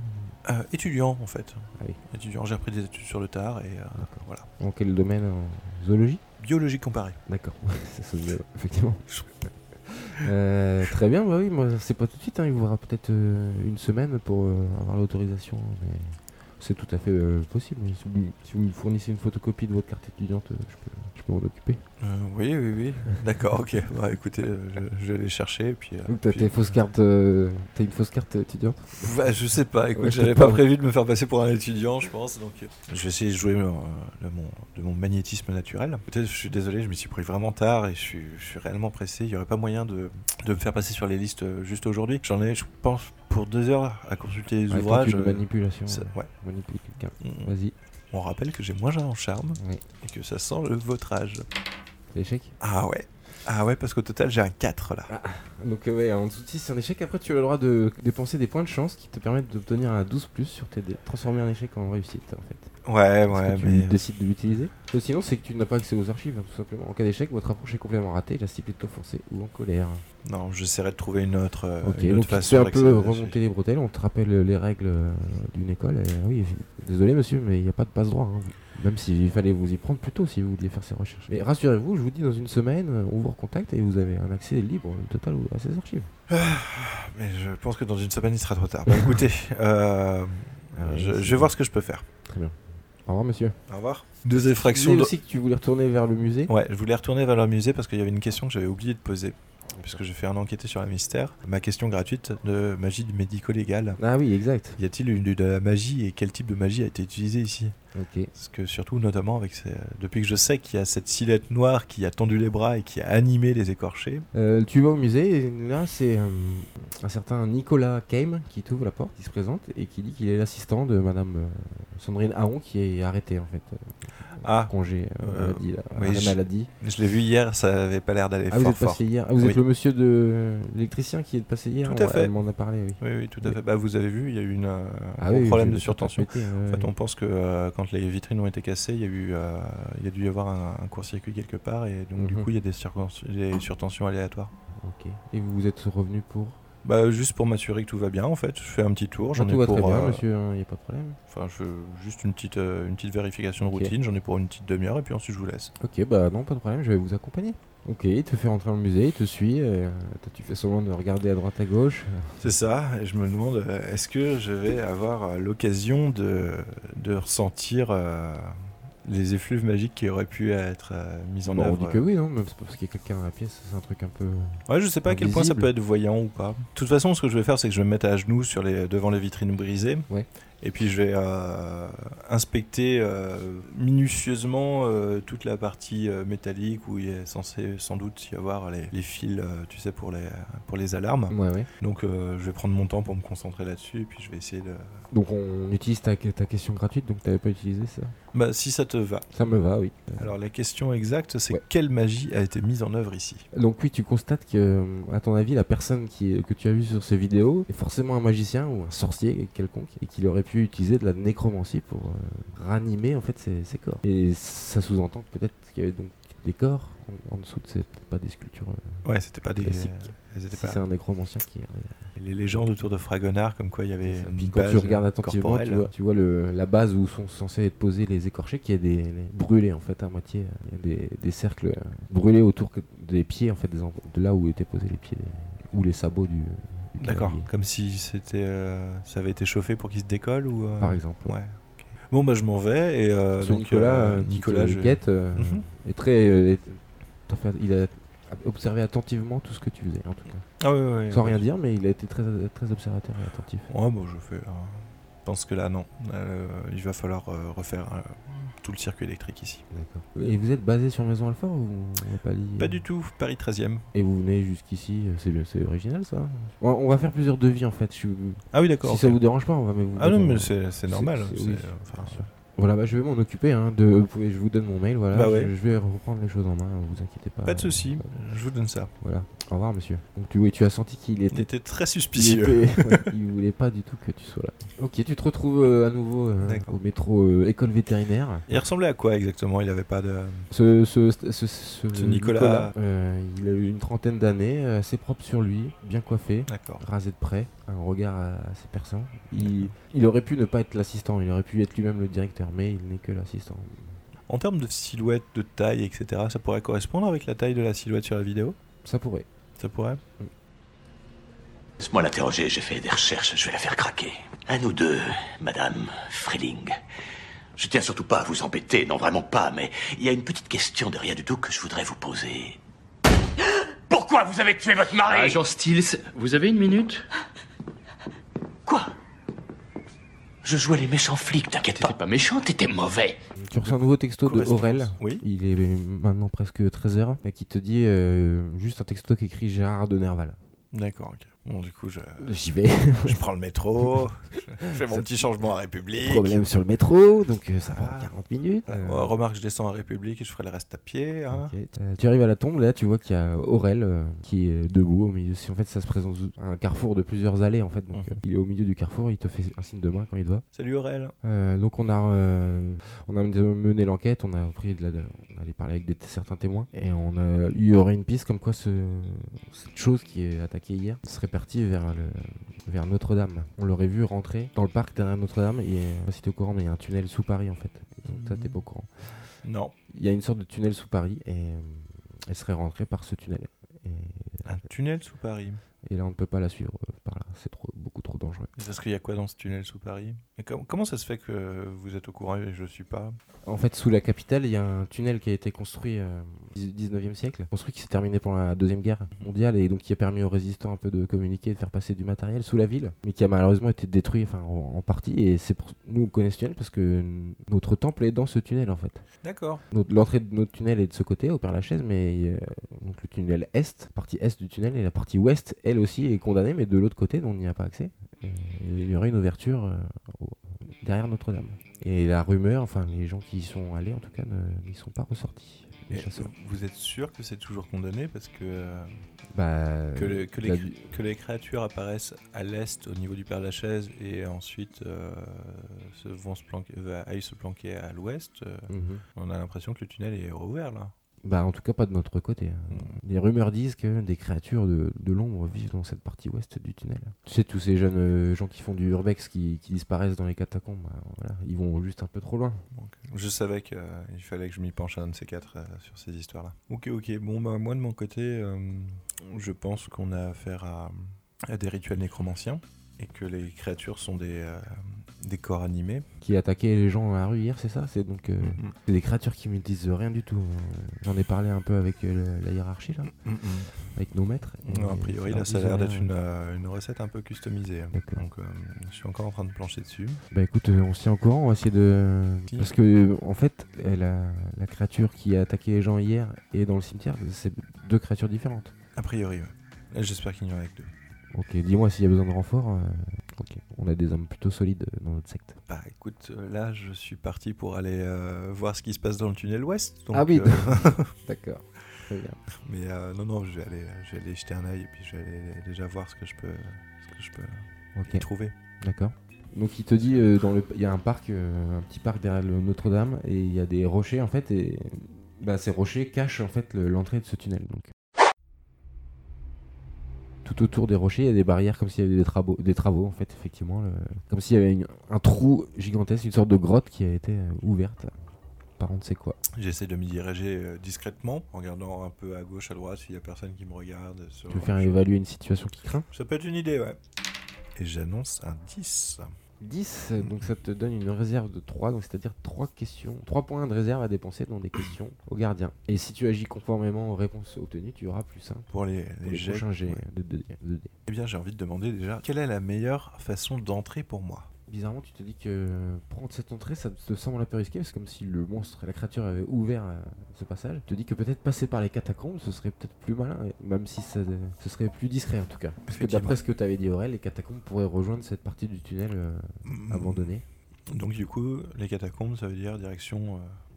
S2: Euh, étudiant, en fait.
S1: Ah oui.
S2: Étudiant, j'ai appris des études sur le tard, et euh, voilà.
S1: En quel domaine En zoologie
S2: Biologie comparée.
S1: D'accord. Ça sonne bien, effectivement. Euh, très bien, bah oui, moi c'est pas tout de suite, hein, il vous faudra peut-être euh, une semaine pour euh, avoir l'autorisation, mais c'est tout à fait euh, possible. Si vous, si vous me fournissez une photocopie de votre carte étudiante, euh, je peux, je peux m'en occuper.
S2: Euh, oui, oui, oui. D'accord, ok. Bah, écoutez, euh, je, je vais les chercher. et Puis, euh,
S1: T'as
S2: puis-
S1: tes fausses cartes, euh, t'as une fausse carte étudiante
S2: Bah, je sais pas, écoute,
S1: Ouais, je
S2: j'avais
S1: te
S2: pas
S1: parle.
S2: prévu de me faire passer pour un étudiant, je pense. Donc... euh, Je vais essayer de jouer euh, de, mon, de mon magnétisme naturel. Peut-être, je suis désolé, je m'y suis pris vraiment tard et je suis, je suis réellement pressé. Il y aurait pas moyen de, de me faire passer sur les listes euh, juste aujourd'hui. J'en ai, je pense, pour deux heures à consulter les
S1: Ouais,
S2: ouvrages. euh,
S1: tentative de manipulation,
S2: Ça- ouais.
S1: euh, manipuler quelqu'un.
S2: Mm.
S1: Vas-y,
S2: On rappelle que j'ai moins un en charme
S1: Oui.
S2: et que ça sent le vautrage.
S1: l'échec.
S2: Ah ouais. Ah ouais, parce qu'au total, j'ai un 4 là.
S1: Donc euh, ouais, en dessous de 6 c'est un échec, après tu as le droit de dépenser des points de chance qui te permettent d'obtenir un 12 plus sur tes dés, transformer un échec en réussite en fait.
S2: Ouais,
S1: Est-ce
S2: ouais,
S1: que tu
S2: mais.
S1: décides de l'utiliser Euh, Sinon, c'est que tu n'as pas accès aux archives, hein, tout simplement. En cas d'échec, votre approche est complètement ratée, la cible est offensée ou en colère.
S2: Non, j'essaierai de trouver une autre, euh,
S1: ok,
S2: une autre
S1: donc tu te
S2: façon
S1: fais un
S2: d'accéder
S1: peu
S2: à la suite.
S1: remonter les bretelles, on te rappelle euh, les règles euh, d'une école. et, euh, oui, désolé monsieur, mais il n'y a pas de passe-droit. hein. Même s'il fallait vous y prendre plus tôt si vous vouliez faire ces recherches. Mais rassurez-vous, je vous dis, dans une semaine, euh, on vous recontacte et vous avez un accès libre euh, total au- à ces archives.
S2: Mais je pense que dans une semaine, il sera trop tard. Bah, écoutez, euh,
S1: Ah ouais,
S2: je,
S1: c'est
S2: je vais
S1: bon.
S2: voir ce que je peux faire.
S1: Au revoir monsieur.
S2: Au revoir. Deux
S1: Tu
S2: effractions.
S1: disais
S2: de-
S1: aussi que tu voulais retourner vers le musée.
S2: Ouais, je voulais retourner vers le musée parce qu'il y avait une question que j'avais oublié de poser. Puisque j'ai fait un enquêté sur la mystère. Ma question gratuite de magie médico-légale.
S1: Ah oui, exact.
S2: Y a-t-il une- de la magie et quel type de magie a été utilisée ici
S1: Ok.
S2: Parce que surtout, notamment, avec ces- depuis que je sais qu'il y a cette silhouette noire qui a tendu les bras et qui a animé les écorchés.
S1: Euh, tu vas au musée et là c'est euh, un certain Nicolas Keim qui t'ouvre la porte, qui se présente et qui dit qu'il est l'assistant de Madame euh, Sandrine Aron qui est arrêtée en fait, euh,
S2: Ah,
S1: congé euh,
S2: Euh,
S1: maladie, là,
S2: oui,
S1: arrêt
S2: je-
S1: maladie.
S2: je l'ai vu hier, ça avait pas l'air d'aller
S1: Ah vous
S2: fort
S1: êtes
S2: fort.
S1: passé hier, Ah, vous
S2: Oui.
S1: êtes le monsieur de l'électricien qui est passé hier.
S2: Tout à
S1: On-
S2: fait.
S1: Elle m'en a parlé, oui.
S2: Oui, oui, tout à
S1: Oui.
S2: fait. Bah, vous avez vu, il y a eu une, euh, un
S1: Ah
S2: gros
S1: oui,
S2: problème
S1: je-
S2: de
S1: je t'en
S2: surtension.
S1: pétais, ouais,
S2: En
S1: ouais.
S2: fait, on pense que euh, quand les vitrines ont été cassées, il y a eu, euh, il y a dû y avoir un, un court-circuit quelque part, et donc du
S1: Mhm.
S2: coup, il y a des, circon- des surtensions aléatoires.
S1: Ok. Et vous êtes revenu pour.
S2: Bah, juste pour m'assurer que tout va bien, en fait, je fais un petit tour.
S1: Ah,
S2: J'en ai
S1: tout va
S2: pour,
S1: très bien,
S2: euh,
S1: monsieur. Il n'y a pas de problème.
S2: Enfin, je fais juste une petite, euh, une petite vérification de
S1: Ok.
S2: routine. J'en ai pour une petite demi-heure, et puis ensuite je vous laisse.
S1: Ok, bah non, pas de problème, je vais vous accompagner. Ok, il te fait rentrer dans le musée, il te suit. euh, toi, tu fais seulement de regarder à droite à gauche.
S2: C'est ça. Et je me demande, euh, est-ce que je vais avoir euh, l'occasion de, de ressentir euh, les effluves magiques qui auraient pu être euh, mises en
S1: Bon, on
S2: œuvre
S1: dit que oui, non, même c'est pas parce qu'il y a quelqu'un dans la pièce, c'est un truc un peu. euh,
S2: Ouais, je sais pas à quel point ça
S1: Invisible.
S2: peut être voyant ou pas. De toute façon, ce que je vais faire, c'est que je vais me mettre à genoux sur les, devant les vitrines brisées.
S1: Ouais.
S2: Et puis je vais euh, inspecter euh, minutieusement euh, toute la partie euh, métallique où il est censé sans doute y avoir les, les fils, euh, tu sais, pour les, pour les alarmes.
S1: Ouais, ouais.
S2: Donc euh, je vais prendre mon temps pour me concentrer là-dessus et puis je vais essayer de...
S1: Donc on utilise ta, ta question gratuite, donc t'avais pas utilisé ça
S2: Bah si ça te va.
S1: Ça me va, oui.
S2: Alors la question exacte, c'est
S1: Ouais.
S2: quelle magie a été mise en œuvre ici
S1: Donc oui, tu constates que, euh, à ton avis, la personne qui, est- que tu as vue sur ces vidéos est forcément un magicien ou un sorcier quelconque et qu'il aurait pu utiliser de la nécromancie pour euh, ranimer en fait ses, ses corps. Et ça sous-entend que peut-être qu'il y avait donc des corps en, en dessous de ces, peut-être pas des sculptures. euh,
S2: Ouais, c'était pas des...
S1: Classique.
S2: elles étaient
S1: si
S2: pas-
S1: c'est un nécromancien qui. euh,
S2: Et Les légendes autour de Fragonard, comme quoi il y avait une
S1: Puis euh, quand
S2: base
S1: tu regardes attentivement,
S2: corporelle.
S1: tu vois, tu vois le, la base où sont censés être posés les écorchés, qui est des, les- brûlés en fait à moitié. Il y a des, des cercles euh, brûlés autour que- des pieds en fait, des, en- de là où étaient posés les pieds des- ou les sabots du, du
S2: D'accord. Comme si c'était, euh, ça avait été chauffé pour qu'il se décolle ou. euh,
S1: Par exemple.
S2: Ouais. ok. Bon bah je m'en vais et euh,
S1: Parce que
S2: donc
S1: Nicolas,
S2: euh,
S1: euh,
S2: Nicolas, je-
S1: Guette, euh,
S2: Mhm.
S1: est très. euh, est- t'as fait- il a observé attentivement tout ce que tu faisais, en tout cas.
S2: Ah ouais, ouais, ouais.
S1: Sans rien dire, mais il a été très, très observateur et attentif.
S2: Ouais, bon, je fais. euh, Je pense que là, non. Euh, il va falloir euh, refaire euh, tout le circuit électrique ici.
S1: Et vous êtes basé sur Maison Alfort ou Pali
S2: Pas du tout, Paris 13e.
S1: Et vous venez jusqu'ici, euh, c'est bien, c'est original ça. On, on va faire plusieurs devis en fait. je suis-
S2: Ah oui,
S1: Si
S2: d'accord.
S1: ça
S2: ok.
S1: vous dérange pas, on va mais vous.
S2: Ah non,
S1: on-
S2: mais c'est c'est normal.
S1: c'est-
S2: c'est-
S1: oui,
S2: euh, enfin,
S1: bien sûr. Voilà, bah, je vais m'en occuper. Hein, de... vous pouvez- je vous donne mon mail, voilà.
S2: Bah ouais.
S1: je, je vais reprendre les choses en main, vous inquiétez pas.
S2: Pas de souci,
S1: Euh,
S2: je vous donne ça.
S1: Voilà. Au revoir, monsieur. Donc tu, oui, tu as senti qu'il
S2: Il
S1: était.
S2: était très
S1: Il,
S2: suspicieux.
S1: était... ouais, il voulait pas du tout que tu sois là. Ok, tu te retrouves euh, à nouveau euh,
S2: D'accord.
S1: au métro euh, école vétérinaire.
S2: Il ressemblait à quoi exactement Il avait pas de.
S1: Ce, ce, ce, ce- ce
S2: Ce Nicolas-
S1: euh, il a eu une trentaine d'années, euh, assez propre sur lui, bien coiffé.
S2: D'accord.
S1: rasé de près, un regard euh, assez perçant. Il, il aurait pu ne pas être l'assistant, il aurait pu être lui-même le directeur, mais il n'est que l'assistant.
S2: En termes de silhouette, de taille, etc., ça pourrait correspondre avec la taille de la silhouette sur la vidéo
S1: Ça pourrait.
S2: Ça pourrait
S5: Laisse-moi l'interroger, j'ai fait des recherches, je vais la faire craquer. Un ou deux, Madame Freeling. Je tiens surtout pas à vous embêter, non vraiment pas, mais il y a une petite question de rien du tout que je voudrais vous poser. Ah, Pourquoi vous avez tué votre mari
S6: Agent Stills, vous avez une minute
S5: Quoi Je jouais les méchants flics, t'inquiète pas.
S6: T'étais pas méchant, t'étais mauvais.
S1: Tu reçois un nouveau texto de
S2: Correspondance.
S1: Aurel.
S2: Oui.
S1: Il est maintenant presque 13h, et qui te dit euh, juste un texto qu'écrit Gérard de Nerval.
S2: D'accord, ok. Bon, du coup, je,
S1: Euh, J'y vais.
S2: je prends le métro, je fais mon petit changement à République.
S1: Problème sur le métro, donc euh, ça prend
S2: Ah.
S1: 40 minutes.
S2: Ouais,
S1: Euh,
S2: bon, remarque, je descends à République et je ferai le reste à pied. hein.
S1: ok. Euh, tu arrives à la tombe, là tu vois qu'il y a Aurel euh, qui est debout au milieu. En fait, ça se présente à un carrefour de plusieurs allées en fait. Donc,
S2: Mhm.
S1: euh, il est au milieu du carrefour, il te fait un signe de main quand il doit.
S2: Salut Aurel.
S1: Euh, donc on a, euh, on a mené l'enquête, on a pris de la, de- on allait parler avec des- certains témoins et on a eu aurait une piste comme quoi ce, cette chose qui est attaquée hier se répartit vers le, vers Notre-Dame. On l'aurait vu rentrer dans le parc derrière Notre-Dame et je sais pas si t'es au courant mais il y a un tunnel sous Paris en fait. Donc ça t'es pas au courant.
S2: Non,
S1: Il y a une sorte de tunnel sous Paris et euh, elle serait rentrée par ce tunnel. Et,
S2: un tunnel sous Paris.
S1: et là on ne peut pas la suivre euh, par là, c'est trop beaucoup trop dangereux.
S2: Parce qu'il y a quoi dans ce tunnel sous Paris Et com- Comment ça se fait que vous êtes au courant et je suis pas
S1: En fait, sous la capitale, il y a un tunnel qui a été construit euh, au 19e siècle, construit qui s'est terminé pendant la Deuxième Guerre mondiale et donc qui a permis aux résistants un peu de communiquer, de faire passer du matériel sous la ville, mais qui a malheureusement été détruit enfin, en, en partie. Et c'est pour... nous, on connaît ce tunnel parce que notre temple est dans ce tunnel en fait.
S2: D'accord.
S1: Notre- L'entrée de notre tunnel est de ce côté, au Père-Lachaise, mais euh, donc le tunnel est, partie est du tunnel, et la partie ouest, elle aussi, est condamnée, mais de l'autre côté, on n'y a pas accès. Et il y aurait une ouverture euh, au- derrière Notre-Dame. Et la rumeur, enfin les gens qui y sont allés, en tout cas, ne- n'y sont pas ressortis. Les
S2: Et
S1: chasseurs.
S2: vous êtes sûr que c'est toujours condamné parce que, euh,
S1: Bah,
S2: que, les, que, les,
S1: la-
S2: cr- que les créatures apparaissent à l'est au niveau du Père Lachaise et ensuite euh, se, vont se planquer, va- aillent se planquer à l'ouest. euh,
S1: Mhm.
S2: on a l'impression que le tunnel est rouvert là.
S1: Bah, en tout cas, pas de notre côté. hein.
S2: Mm.
S1: Les rumeurs disent que des créatures de, de l'ombre vivent dans cette partie ouest du tunnel. Tu sais, tous ces jeunes euh, gens qui font du urbex qui, qui disparaissent dans les catacombes, bah, voilà, ils vont juste un peu trop loin.
S2: Donc, je savais qu'il fallait que je m'y penche à un de ces quatre euh, sur ces histoires-là. Ok, ok. Bon, bah, moi de mon côté, euh, je pense qu'on a affaire à, à des rituels nécromanciens et que les créatures sont des, euh, des corps animés.
S1: Qui attaquaient les gens à la rue hier, c'est ça C'est donc euh,
S2: Mhm.
S1: c'est des créatures qui me disent rien du tout. Euh, J'en ai parlé un peu avec euh, le- la hiérarchie, là, avec nos maîtres. et
S2: Non, a priori,
S1: leur
S2: là, ça a
S1: disent
S2: l'air
S1: rien.
S2: d'être une, euh, une recette un peu customisée.
S1: D'accord.
S2: Donc, euh, je suis encore en train de plancher dessus.
S1: Bah écoute, euh, on se tient au courant, on va essayer de.
S2: Qui
S1: Parce que, euh, en fait, euh, la, la créature qui a attaqué les gens hier et dans le cimetière, c'est deux créatures différentes.
S2: A priori, ouais. J'espère qu'il n'y en a que deux.
S1: Ok, dis-moi s'il y a besoin de renfort. euh, Ok, on a des hommes plutôt solides euh, dans notre secte.
S2: Bah écoute, euh, là je suis parti pour aller euh, voir ce qui se passe dans le tunnel ouest. donc,
S1: Ah oui.
S2: euh,
S1: D'accord, très bien.
S2: Mais euh, non, non, je vais aller, je vais aller jeter un œil et puis je vais aller déjà voir ce que je peux, ce que je peux y
S1: Ok,
S2: trouver.
S1: d'accord. Donc il te dit, euh, dans le, il y a un parc, euh, un petit parc derrière le Notre-Dame, et il y a des rochers en fait, et bah, ces rochers cachent en fait le- l'entrée de ce tunnel. Donc. Tout autour des rochers, il y a des barrières comme s'il y avait des travaux, des travaux en fait, effectivement, le- comme s'il y avait une- un trou gigantesque, une sorte de grotte qui a été euh, ouverte. par contre, c'est quoi
S2: J'essaie de me diriger euh, discrètement, en regardant un peu à gauche, à droite, s'il y a personne qui me regarde. euh, ce
S1: Tu veux
S2: genre
S1: faire
S2: de choses.
S1: évaluer une situation qui craint
S2: Ça peut être une idée, ouais. Et j'annonce un 10.
S1: 10, donc ça te donne une réserve de 3, donc c'est-à-dire 3 questions, 3 points de réserve à dépenser dans des questions au gardien. Et si tu agis conformément aux réponses obtenues, tu auras plus 1
S2: Pour les,
S1: pour les
S2: jets.
S1: prochains jets
S2: Ouais.
S1: de 2 dés.
S2: Eh bien, j'ai envie de demander déjà, quelle est la meilleure façon d'entrer pour moi
S1: Bizarrement, tu te dis que euh, prendre cette entrée, ça te semble un peu risqué, c'est comme si le monstre et la créature avaient ouvert euh, ce passage. Tu te dis que peut-être passer par les catacombes, ce serait peut-être plus malin, et même si ça, ce serait plus discret en tout cas. Parce que
S2: Effectivement.
S1: d'après ce que t'avais dit Aurel, les catacombes pourraient rejoindre cette partie du tunnel euh,
S2: Hmm.
S1: abandonnée.
S2: Mm. Donc du coup, les catacombes, ça veut dire direction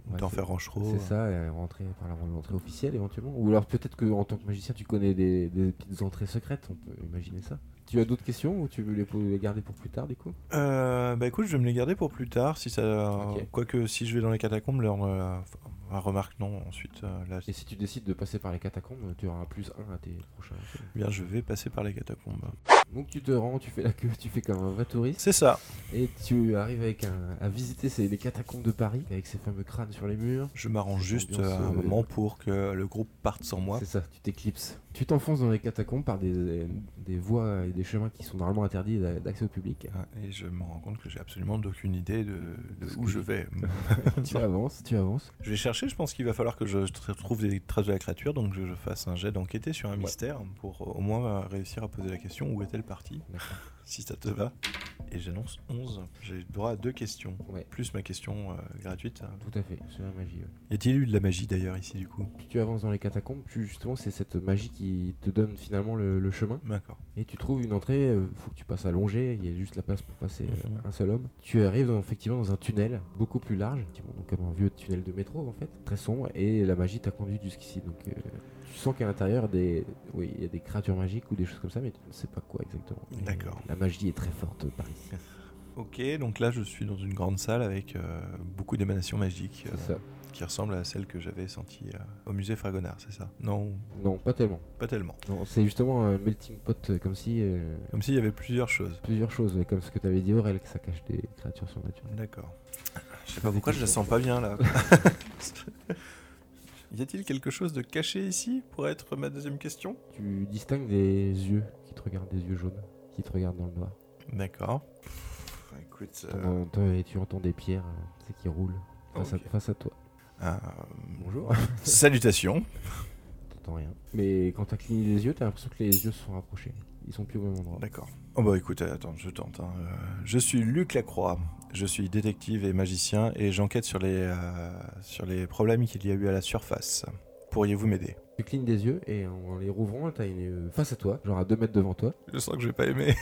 S1: Ouais,
S2: euh, d'enfer en chevaux.
S1: C'est ça, et rentrer par la rentrée officielle éventuellement. Ou alors peut-être que en tant que magicien, tu connais des, des petites entrées secrètes, on peut imaginer ça. Tu as d'autres questions ou tu veux les, po- les garder pour plus tard du coup
S2: Euh, bah écoute, je vais me les garder pour plus tard. Si ça,
S1: Ok.
S2: quoique si je vais dans les catacombes, leur, euh, enfin, remarque non. Ensuite, euh, là,
S1: Et si tu décides de passer par les catacombes, tu auras un plus 1 à tes prochains. jets.
S2: bien, je vais passer par les catacombes.
S1: Donc tu te rends, tu fais la queue, tu fais comme un vrai touriste
S2: C'est ça.
S1: et tu arrives avec un, à visiter ces, les catacombes de Paris avec ces fameux crânes sur les murs.
S2: Je m'arrange
S1: Cette
S2: juste
S1: ambiance,
S2: euh, un
S1: euh,
S2: moment pour que le groupe parte sans moi.
S1: C'est ça, tu t'éclipses. Tu t'enfonces dans les catacombes par des, des voies et des chemins qui sont normalement interdits d'a- d'accès au public.
S2: Ah, Et je me rends compte que j'ai absolument aucune idée de, de
S1: Ce
S2: où
S1: que-
S2: je vais.
S1: tu avances, tu avances.
S2: je vais chercher, je pense qu'il va falloir que je tr- trouve des traces de la créature, donc je, je fasse un jet d'enquêter sur un mystère pour euh, au moins euh, réussir à poser la question où est-elle partie
S1: D'accord.
S2: Si ça te va. Et j'annonce 11. J'ai droit à deux questions,
S1: Ouais.
S2: plus ma question euh, gratuite.
S1: Tout à fait, c'est la magie. ouais.
S2: Y a-t-il eu de la magie d'ailleurs ici du coup
S1: Plus tu avances dans les catacombes, plus justement c'est cette magie qui te donne finalement le, le chemin.
S2: D'accord.
S1: Et tu trouves une entrée, euh, faut que tu passes allongé, il y a juste la place pour passer euh,
S2: Mhm.
S1: un seul homme. Tu arrives dans- effectivement dans un tunnel beaucoup plus large, effectivement, donc comme un vieux tunnel de métro en fait, très sombre, et la magie t'a conduit jusqu'ici. Donc euh, tu sens qu'à l'intérieur des... Oui, il y a des créatures magiques ou des choses comme ça, mais tu ne sais pas quoi exactement. Mais
S2: D'accord.
S1: La magie est très forte par ici.
S2: Ok, donc là je suis dans une grande salle avec euh, beaucoup d'émanations magiques euh,
S1: C'est ça.
S2: qui ressemblent à celles que j'avais senties euh, au musée Fragonard, c'est ça Non,
S1: Non, pas tellement.
S2: pas tellement.
S1: Non, c'est justement un melting pot, euh, comme si... euh,
S2: Comme s'il y avait plusieurs choses.
S1: plusieurs choses, ouais, comme ce que t'avais dit Aurel, que ça cache des créatures surnaturelles.
S2: D'accord. Je sais pas pourquoi je la sens pas bien là. y a-t-il quelque chose de caché ici pour être ma deuxième question
S1: Tu distingues des yeux qui te regardent, des yeux jaunes qui te regardent dans le noir.
S2: D'accord. Pff, Écoute,
S1: T'en-
S2: euh,
S1: t'en- et tu entends des pierres euh, c'est qui roulent face,
S2: Ok.
S1: à, face à toi.
S2: euh,
S1: Bonjour.
S2: salutations.
S1: T'entends rien. Mais quand t'as cligné les yeux, t'as l'impression que les yeux se sont rapprochés. Ils sont plus au même endroit.
S2: D'accord. Oh bah écoute, euh, attends, je tente. hein. Euh, Je suis Luc Lacroix. Je suis détective et magicien et j'enquête sur les euh, sur les problèmes qu'il y a eu à la surface. Pourriez-vous m'aider
S1: Tu clignes des yeux et en les rouvrant, t'as une euh, face à toi, genre à deux mètres devant toi.
S2: Je sens que je vais pas aimer.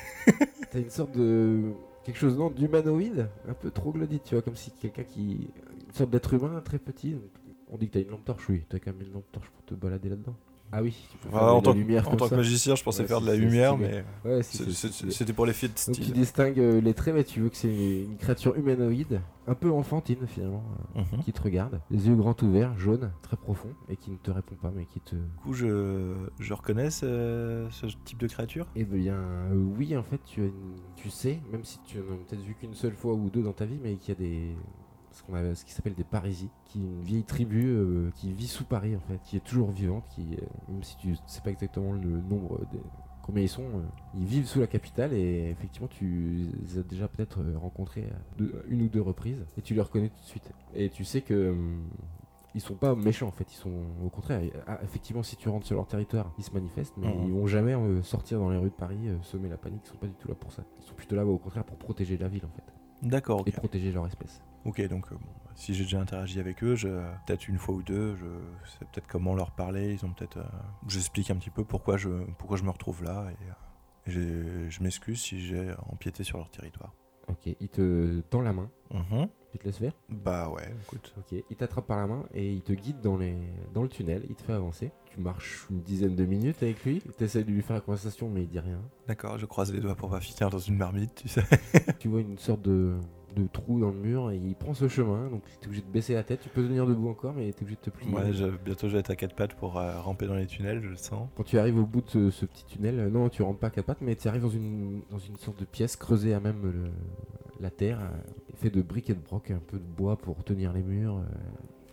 S1: T'as une sorte de quelque chose non d'humanoïde, un peu troglodyte, tu vois, comme si quelqu'un qui une sorte d'être humain très petit. donc, on dit que t'as une lampe torche, oui. T'as quand même une lampe torche pour te balader là-dedans. Ah oui, tu peux faire
S2: Ah,
S1: de la
S2: en tant, que-
S1: lumière
S2: en
S1: comme
S2: tant
S1: ça.
S2: que magicien, je pensais
S1: Ouais,
S2: faire de la
S1: c'est- c'est
S2: lumière,
S1: stylé.
S2: mais
S1: Ouais, si,
S2: c'est-
S1: si, si,
S2: c'est-
S1: si.
S2: c'était pour les filles de
S1: Donc tu
S2: style.
S1: distingues euh, les traits, mais tu veux que c'est une créature humanoïde, un peu enfantine finalement, euh,
S2: Mhm.
S1: qui te regarde, les yeux grands ouverts, jaunes, très profonds, et qui ne te répond pas, mais qui te...
S2: Du coup, je, je reconnais ce, ce type de créature.
S1: Eh bien euh, oui, en fait, tu, as une- tu sais, même si tu n'en as peut-être vu qu'une seule fois ou deux dans ta vie, mais qu'il y a des... Ce, qu'on a- ce qui s'appelle des Parisies, qui est une vieille tribu euh, qui vit sous Paris en fait, qui est toujours vivante, qui, euh, même si tu ne sais pas exactement le nombre des, combien ils sont. euh, Ils vivent sous la capitale et effectivement, tu les as déjà peut-être euh, rencontrés à deux- une ou deux reprises et tu les reconnais tout de suite. Et tu sais que hum, ils sont pas méchants en fait, ils sont au contraire. ils- ah, effectivement, si tu rentres sur leur territoire, ils se manifestent, mais
S2: Mhm.
S1: ils vont jamais euh, sortir dans les rues de Paris, euh, semer la panique. Ils sont pas du tout là pour ça. Ils sont plutôt là au contraire pour protéger la ville en fait
S2: D'accord, ok.
S1: et protéger leur espèce.
S2: Ok, donc euh, bon, si j'ai déjà interagi avec eux, je, peut-être une fois ou deux, je sais peut-être comment leur parler. Ils ont peut-être. euh, j'explique un petit peu pourquoi je, pourquoi je me retrouve là et, euh, et j'ai- je m'excuse si j'ai empiété sur leur territoire.
S1: Ok, il te tend la main.
S2: Mhm.
S1: Tu te laisses faire
S2: Bah ouais, écoute.
S1: Ok, il t'attrape par la main et il te guide dans, les... dans le tunnel, il te fait avancer. Tu marches une dizaine de minutes avec lui, tu essaies de lui faire la conversation mais il dit rien.
S2: D'accord, je croise les doigts pour pas finir dans une marmite, tu sais.
S1: Tu vois une sorte de, de trou dans le mur et il prend ce chemin, donc t'es obligé de baisser la tête, tu peux tenir debout encore mais t'es obligé de te plier.
S2: Ouais, je- bientôt je vais être à quatre pattes pour euh, ramper dans les tunnels, je le sens.
S1: Quand tu arrives au bout de ce, ce petit tunnel, euh, non tu rentres pas à quatre pattes mais tu arrives dans une, dans une sorte de pièce creusée à même le- la terre, euh, faite de briques et de brocs, un peu de bois pour tenir les murs. euh,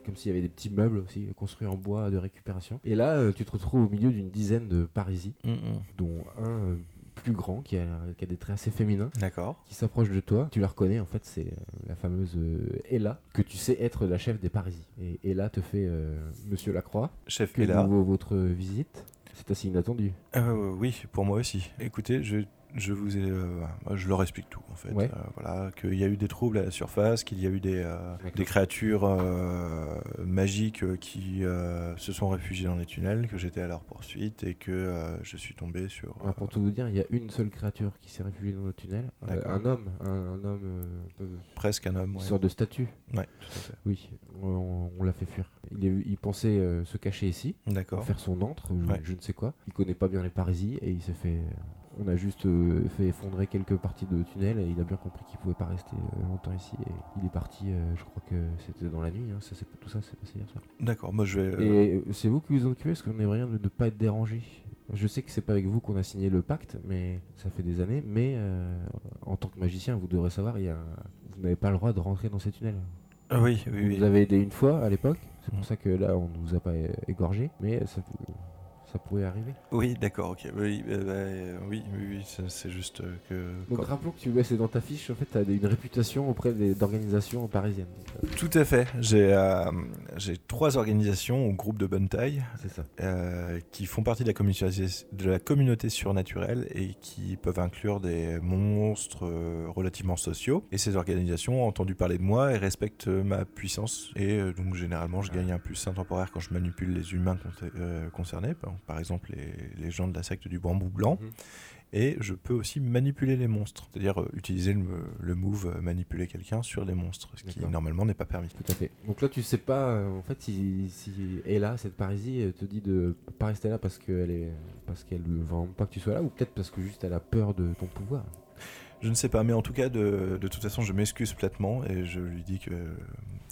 S1: comme s'il y avait des petits meubles aussi, construits en bois de récupération. Et là, euh, tu te retrouves au milieu d'une dizaine de Parisies,
S2: Mm,
S1: dont un euh, plus grand qui a, qui a des traits assez féminins
S2: D'accord.
S1: qui s'approche de toi, tu la reconnais en fait, c'est euh, la fameuse euh, Ella, que tu sais être la chef des Parisiens. Et Ella te fait euh, Monsieur Lacroix,
S2: Chef
S1: que
S2: Mela.
S1: nous vaut votre visite. C'est assez inattendu.
S2: Euh, oui, pour moi aussi. Écoutez, je, je vous ai, euh, je leur explique tout en fait.
S1: Ouais.
S2: Euh, voilà, qu'il y a eu des troubles à la surface, qu'il y a eu des, euh,
S1: D'accord.
S2: des créatures euh, magiques euh, qui euh, se sont réfugiées dans les tunnels, que j'étais à leur poursuite et que euh, je suis tombé sur. euh,
S1: Alors, pour tout vous dire, il y a une seule créature qui s'est réfugiée dans le tunnel. Euh,
S2: D'accord.
S1: un homme, un, un homme, euh, euh,
S2: Presque un homme.
S1: une
S2: Ouais.
S1: sorte de statue.
S2: Ouais, tout à fait.
S1: Oui, on, on l'a fait fuir. Il, est- il pensait euh, se cacher ici,
S2: D'accord.
S1: faire son antre, ou
S2: Ouais.
S1: je ne sais quoi. Il connaît pas bien les Parisiens et il s'est fait. On a juste euh, fait effondrer quelques parties de tunnel et il a bien compris qu'il pouvait pas rester euh, longtemps ici. Et il est parti, euh, je crois que c'était dans la nuit, hein, ça, c'est- tout ça s'est passé hier soir.
S2: D'accord. Moi, je vais. euh,
S1: Et euh, c'est vous qui vous en occupez parce qu'on aimerait bien de ne pas être dérangé. Je sais que c'est pas avec vous qu'on a signé le pacte, mais ça fait des années. Mais euh, en tant que magicien, vous devrez savoir, il y a un- vous n'avez pas le droit de rentrer dans ces tunnels.
S2: ah Oui,
S1: Vous
S2: oui,
S1: nous
S2: oui.
S1: avez aidé une fois à l'époque, c'est
S2: Mm.
S1: pour ça que là on ne vous a pas euh, égorgé, mais ça, peut- ça pourrait arriver.
S2: Oui, d'accord. Ok. Oui, euh, bah, euh, oui, oui, oui, c'est- C'est juste euh, que.
S1: Donc rappelons que tu laisses dans ta fiche, en fait, t'as une réputation auprès des- d'organisations parisiennes. Euh,
S2: Tout à fait. J'ai euh, j'ai trois organisations ou groupes de bonne taille
S1: C'est ça.
S2: euh, qui font partie de la, communauté, de la communauté surnaturelle et qui peuvent inclure des monstres euh, relativement sociaux. Et ces organisations ont entendu parler de moi et respectent euh, ma puissance. Et euh, donc généralement, je gagne un plus un temporaire quand je manipule les humains con- euh, concernés, par, par exemple les, les gens de la secte du bambou blanc.
S1: Mhm.
S2: Et je peux aussi manipuler les monstres, c'est-à-dire euh, utiliser le, le move euh, manipuler quelqu'un sur les monstres, ce qui
S1: D'accord.
S2: normalement n'est pas permis.
S1: Tout à fait. Donc là, tu sais pas, euh, en fait, si, si Ella, cette Parisie, euh, te dit de pas rester là parce qu'elle est, parce qu'elle veut vraiment pas que tu sois là, ou peut-être parce que juste elle a peur de ton pouvoir.
S2: Je ne sais pas, mais en tout cas, de, de toute façon, je m'excuse platement et je lui dis que,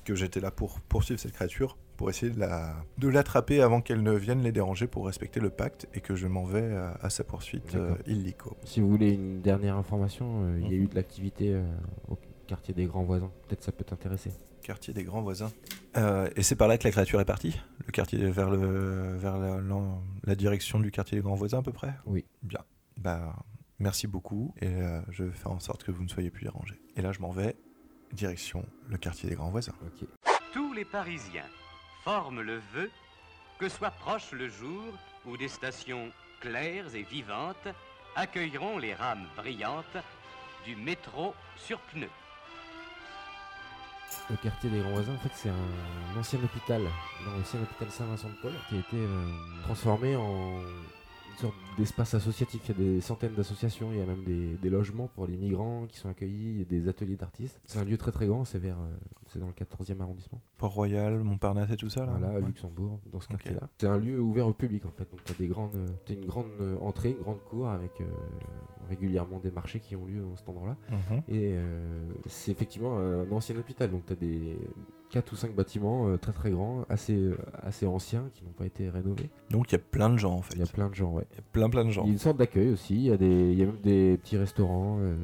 S2: que j'étais là pour poursuivre cette créature, pour essayer de la- de l'attraper avant qu'elle ne vienne les déranger pour respecter le pacte et que je m'en vais à, à sa poursuite
S1: D'accord.
S2: euh, illico.
S1: Si vous voulez une dernière information, euh, il y a eu de l'activité euh, au quartier des grands voisins. Peut-être ça peut t'intéresser.
S2: Quartier des grands voisins. Euh, et c'est par là que la créature est partie Le quartier vers, le, vers la, l'en- la direction du quartier des grands voisins à peu près
S1: Oui.
S2: Bien. Bah, merci beaucoup et euh, je vais faire en sorte que vous ne soyez plus dérangés. Et là, je m'en vais direction le quartier des grands voisins.
S1: Ok.
S7: Tous les Parisiens forment le vœu que soit proche le jour où des stations claires et vivantes accueilleront les rames brillantes du métro sur pneus.
S1: Le quartier des grands voisins, en fait, c'est un ancien hôpital, l'ancien hôpital Saint-Vincent-de-Paul, qui a été euh, transformé en une sorte d'espace associatif. Il y a des centaines d'associations, il y a même des, des logements pour les migrants qui sont accueillis, il y a des ateliers d'artistes. C'est un lieu très très grand, c'est vers, euh, c'est dans le 14e arrondissement.
S2: Port-Royal, Montparnasse et tout ça là
S1: Voilà, à
S2: Ouais.
S1: Luxembourg, dans ce quartier-là. C'est un lieu ouvert au public en fait. Donc t'as des grandes, euh, t'as une grande euh, entrée, une grande cour avec euh, régulièrement des marchés qui ont lieu dans cet endroit-là.
S2: Mhm.
S1: Et euh, c'est effectivement un ancien hôpital, donc tu as des 4 ou 5 bâtiments euh, très très grands, assez, euh, assez anciens, qui n'ont pas été rénovés.
S2: Donc il y a plein de gens en fait.
S1: Il y a plein de gens, ouais.
S2: Il y a plein plein de
S1: Il
S2: gens.
S1: y a une sorte d'accueil aussi, il y, a des- il y a même des petits restaurants, euh,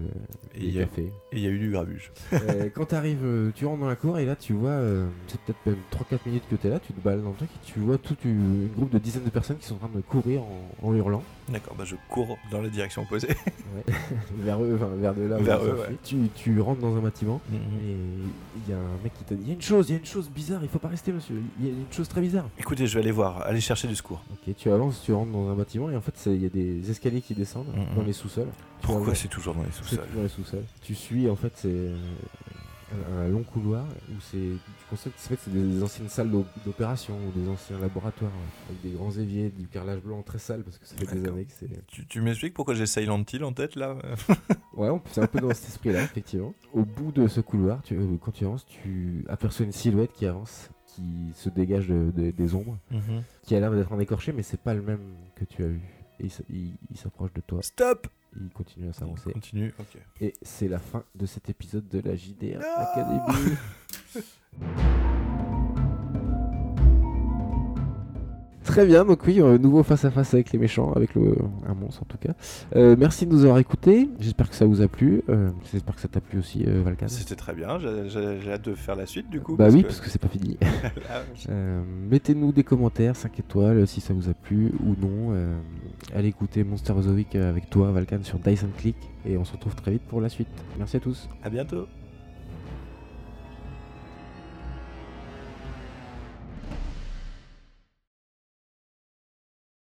S2: Et
S1: des
S2: il y a-
S1: cafés.
S2: Et il y a eu du grabuge.
S1: Euh, quand tu arrives, tu rentres dans la cour et là tu vois, euh, c'est peut-être même 3-4 minutes que tu es là, tu te balades dans le truc et tu vois tout une, une groupe de dizaines de personnes qui sont en train de courir en, en hurlant
S2: D'accord, bah je cours dans la direction opposée.
S1: vers eux, enfin, vers de là. où
S2: Vers
S1: ils
S2: eux,
S1: sont
S2: ouais.
S1: fuis. tu, tu rentres dans un bâtiment. Et il y a un mec qui te dit, il y a une chose, il y a une chose bizarre, il faut pas rester monsieur, il y a une chose très bizarre.
S2: Écoutez, je vais aller voir, aller chercher du secours.
S1: Ok, tu avances, tu rentres dans un bâtiment et en fait c'est- il y a des escaliers qui descendent
S2: Mhm.
S1: dans les sous-sols. Tu vas
S2: Pourquoi
S1: voir.
S2: c'est toujours dans les
S1: Mm, Ah C'est
S2: sous-sols
S1: toujours les sous-sols. Tu suis en fait c'est euh, un- un long couloir où c'est tu constates que c'est- c'est des anciennes salles d'op- d'opération ou des anciens laboratoires ouais, avec des grands éviers, du carrelage blanc très sale parce que ça fait des
S2: D'accord.
S1: années que c'est.
S2: Tu, tu m'expliques pourquoi j'ai Silent Hill en tête là
S1: Ouais, on- c'est un peu dans cet esprit-là, effectivement. Au bout de ce couloir, tu, euh, quand tu avances, tu aperçois une silhouette qui avance, qui se dégage de- de- des ombres, qui a l'air d'être un écorché, mais c'est pas le même que tu as vu. Et il s- il il s'approche de toi,
S2: Stop
S1: il continue à s'avancer.
S2: Continue. Ok.
S1: Et c'est la fin de cet épisode de la JDR
S2: Non
S1: Academy. Très Très bien, donc oui, euh, nouveau face à face avec les méchants, avec le, un monstre en tout cas. Euh, merci de nous avoir écoutés, j'espère que ça vous a plu, euh, j'espère que ça t'a plu aussi euh, Valkan.
S2: C'était très bien, j'ai- j'ai j'ai hâte de faire la suite du coup.
S1: Bah
S2: parce
S1: oui,
S2: que-
S1: parce que c'est pas fini.
S2: Ah,
S1: Euh, Mettez-nous des commentaires, 5 étoiles, euh, si ça vous a plu ou non. Euh, allez écouter euh, Monster Zoic avec toi, Valkan, sur Dyson Click. Et on se retrouve très vite pour la suite. Merci à tous.
S2: à bientôt.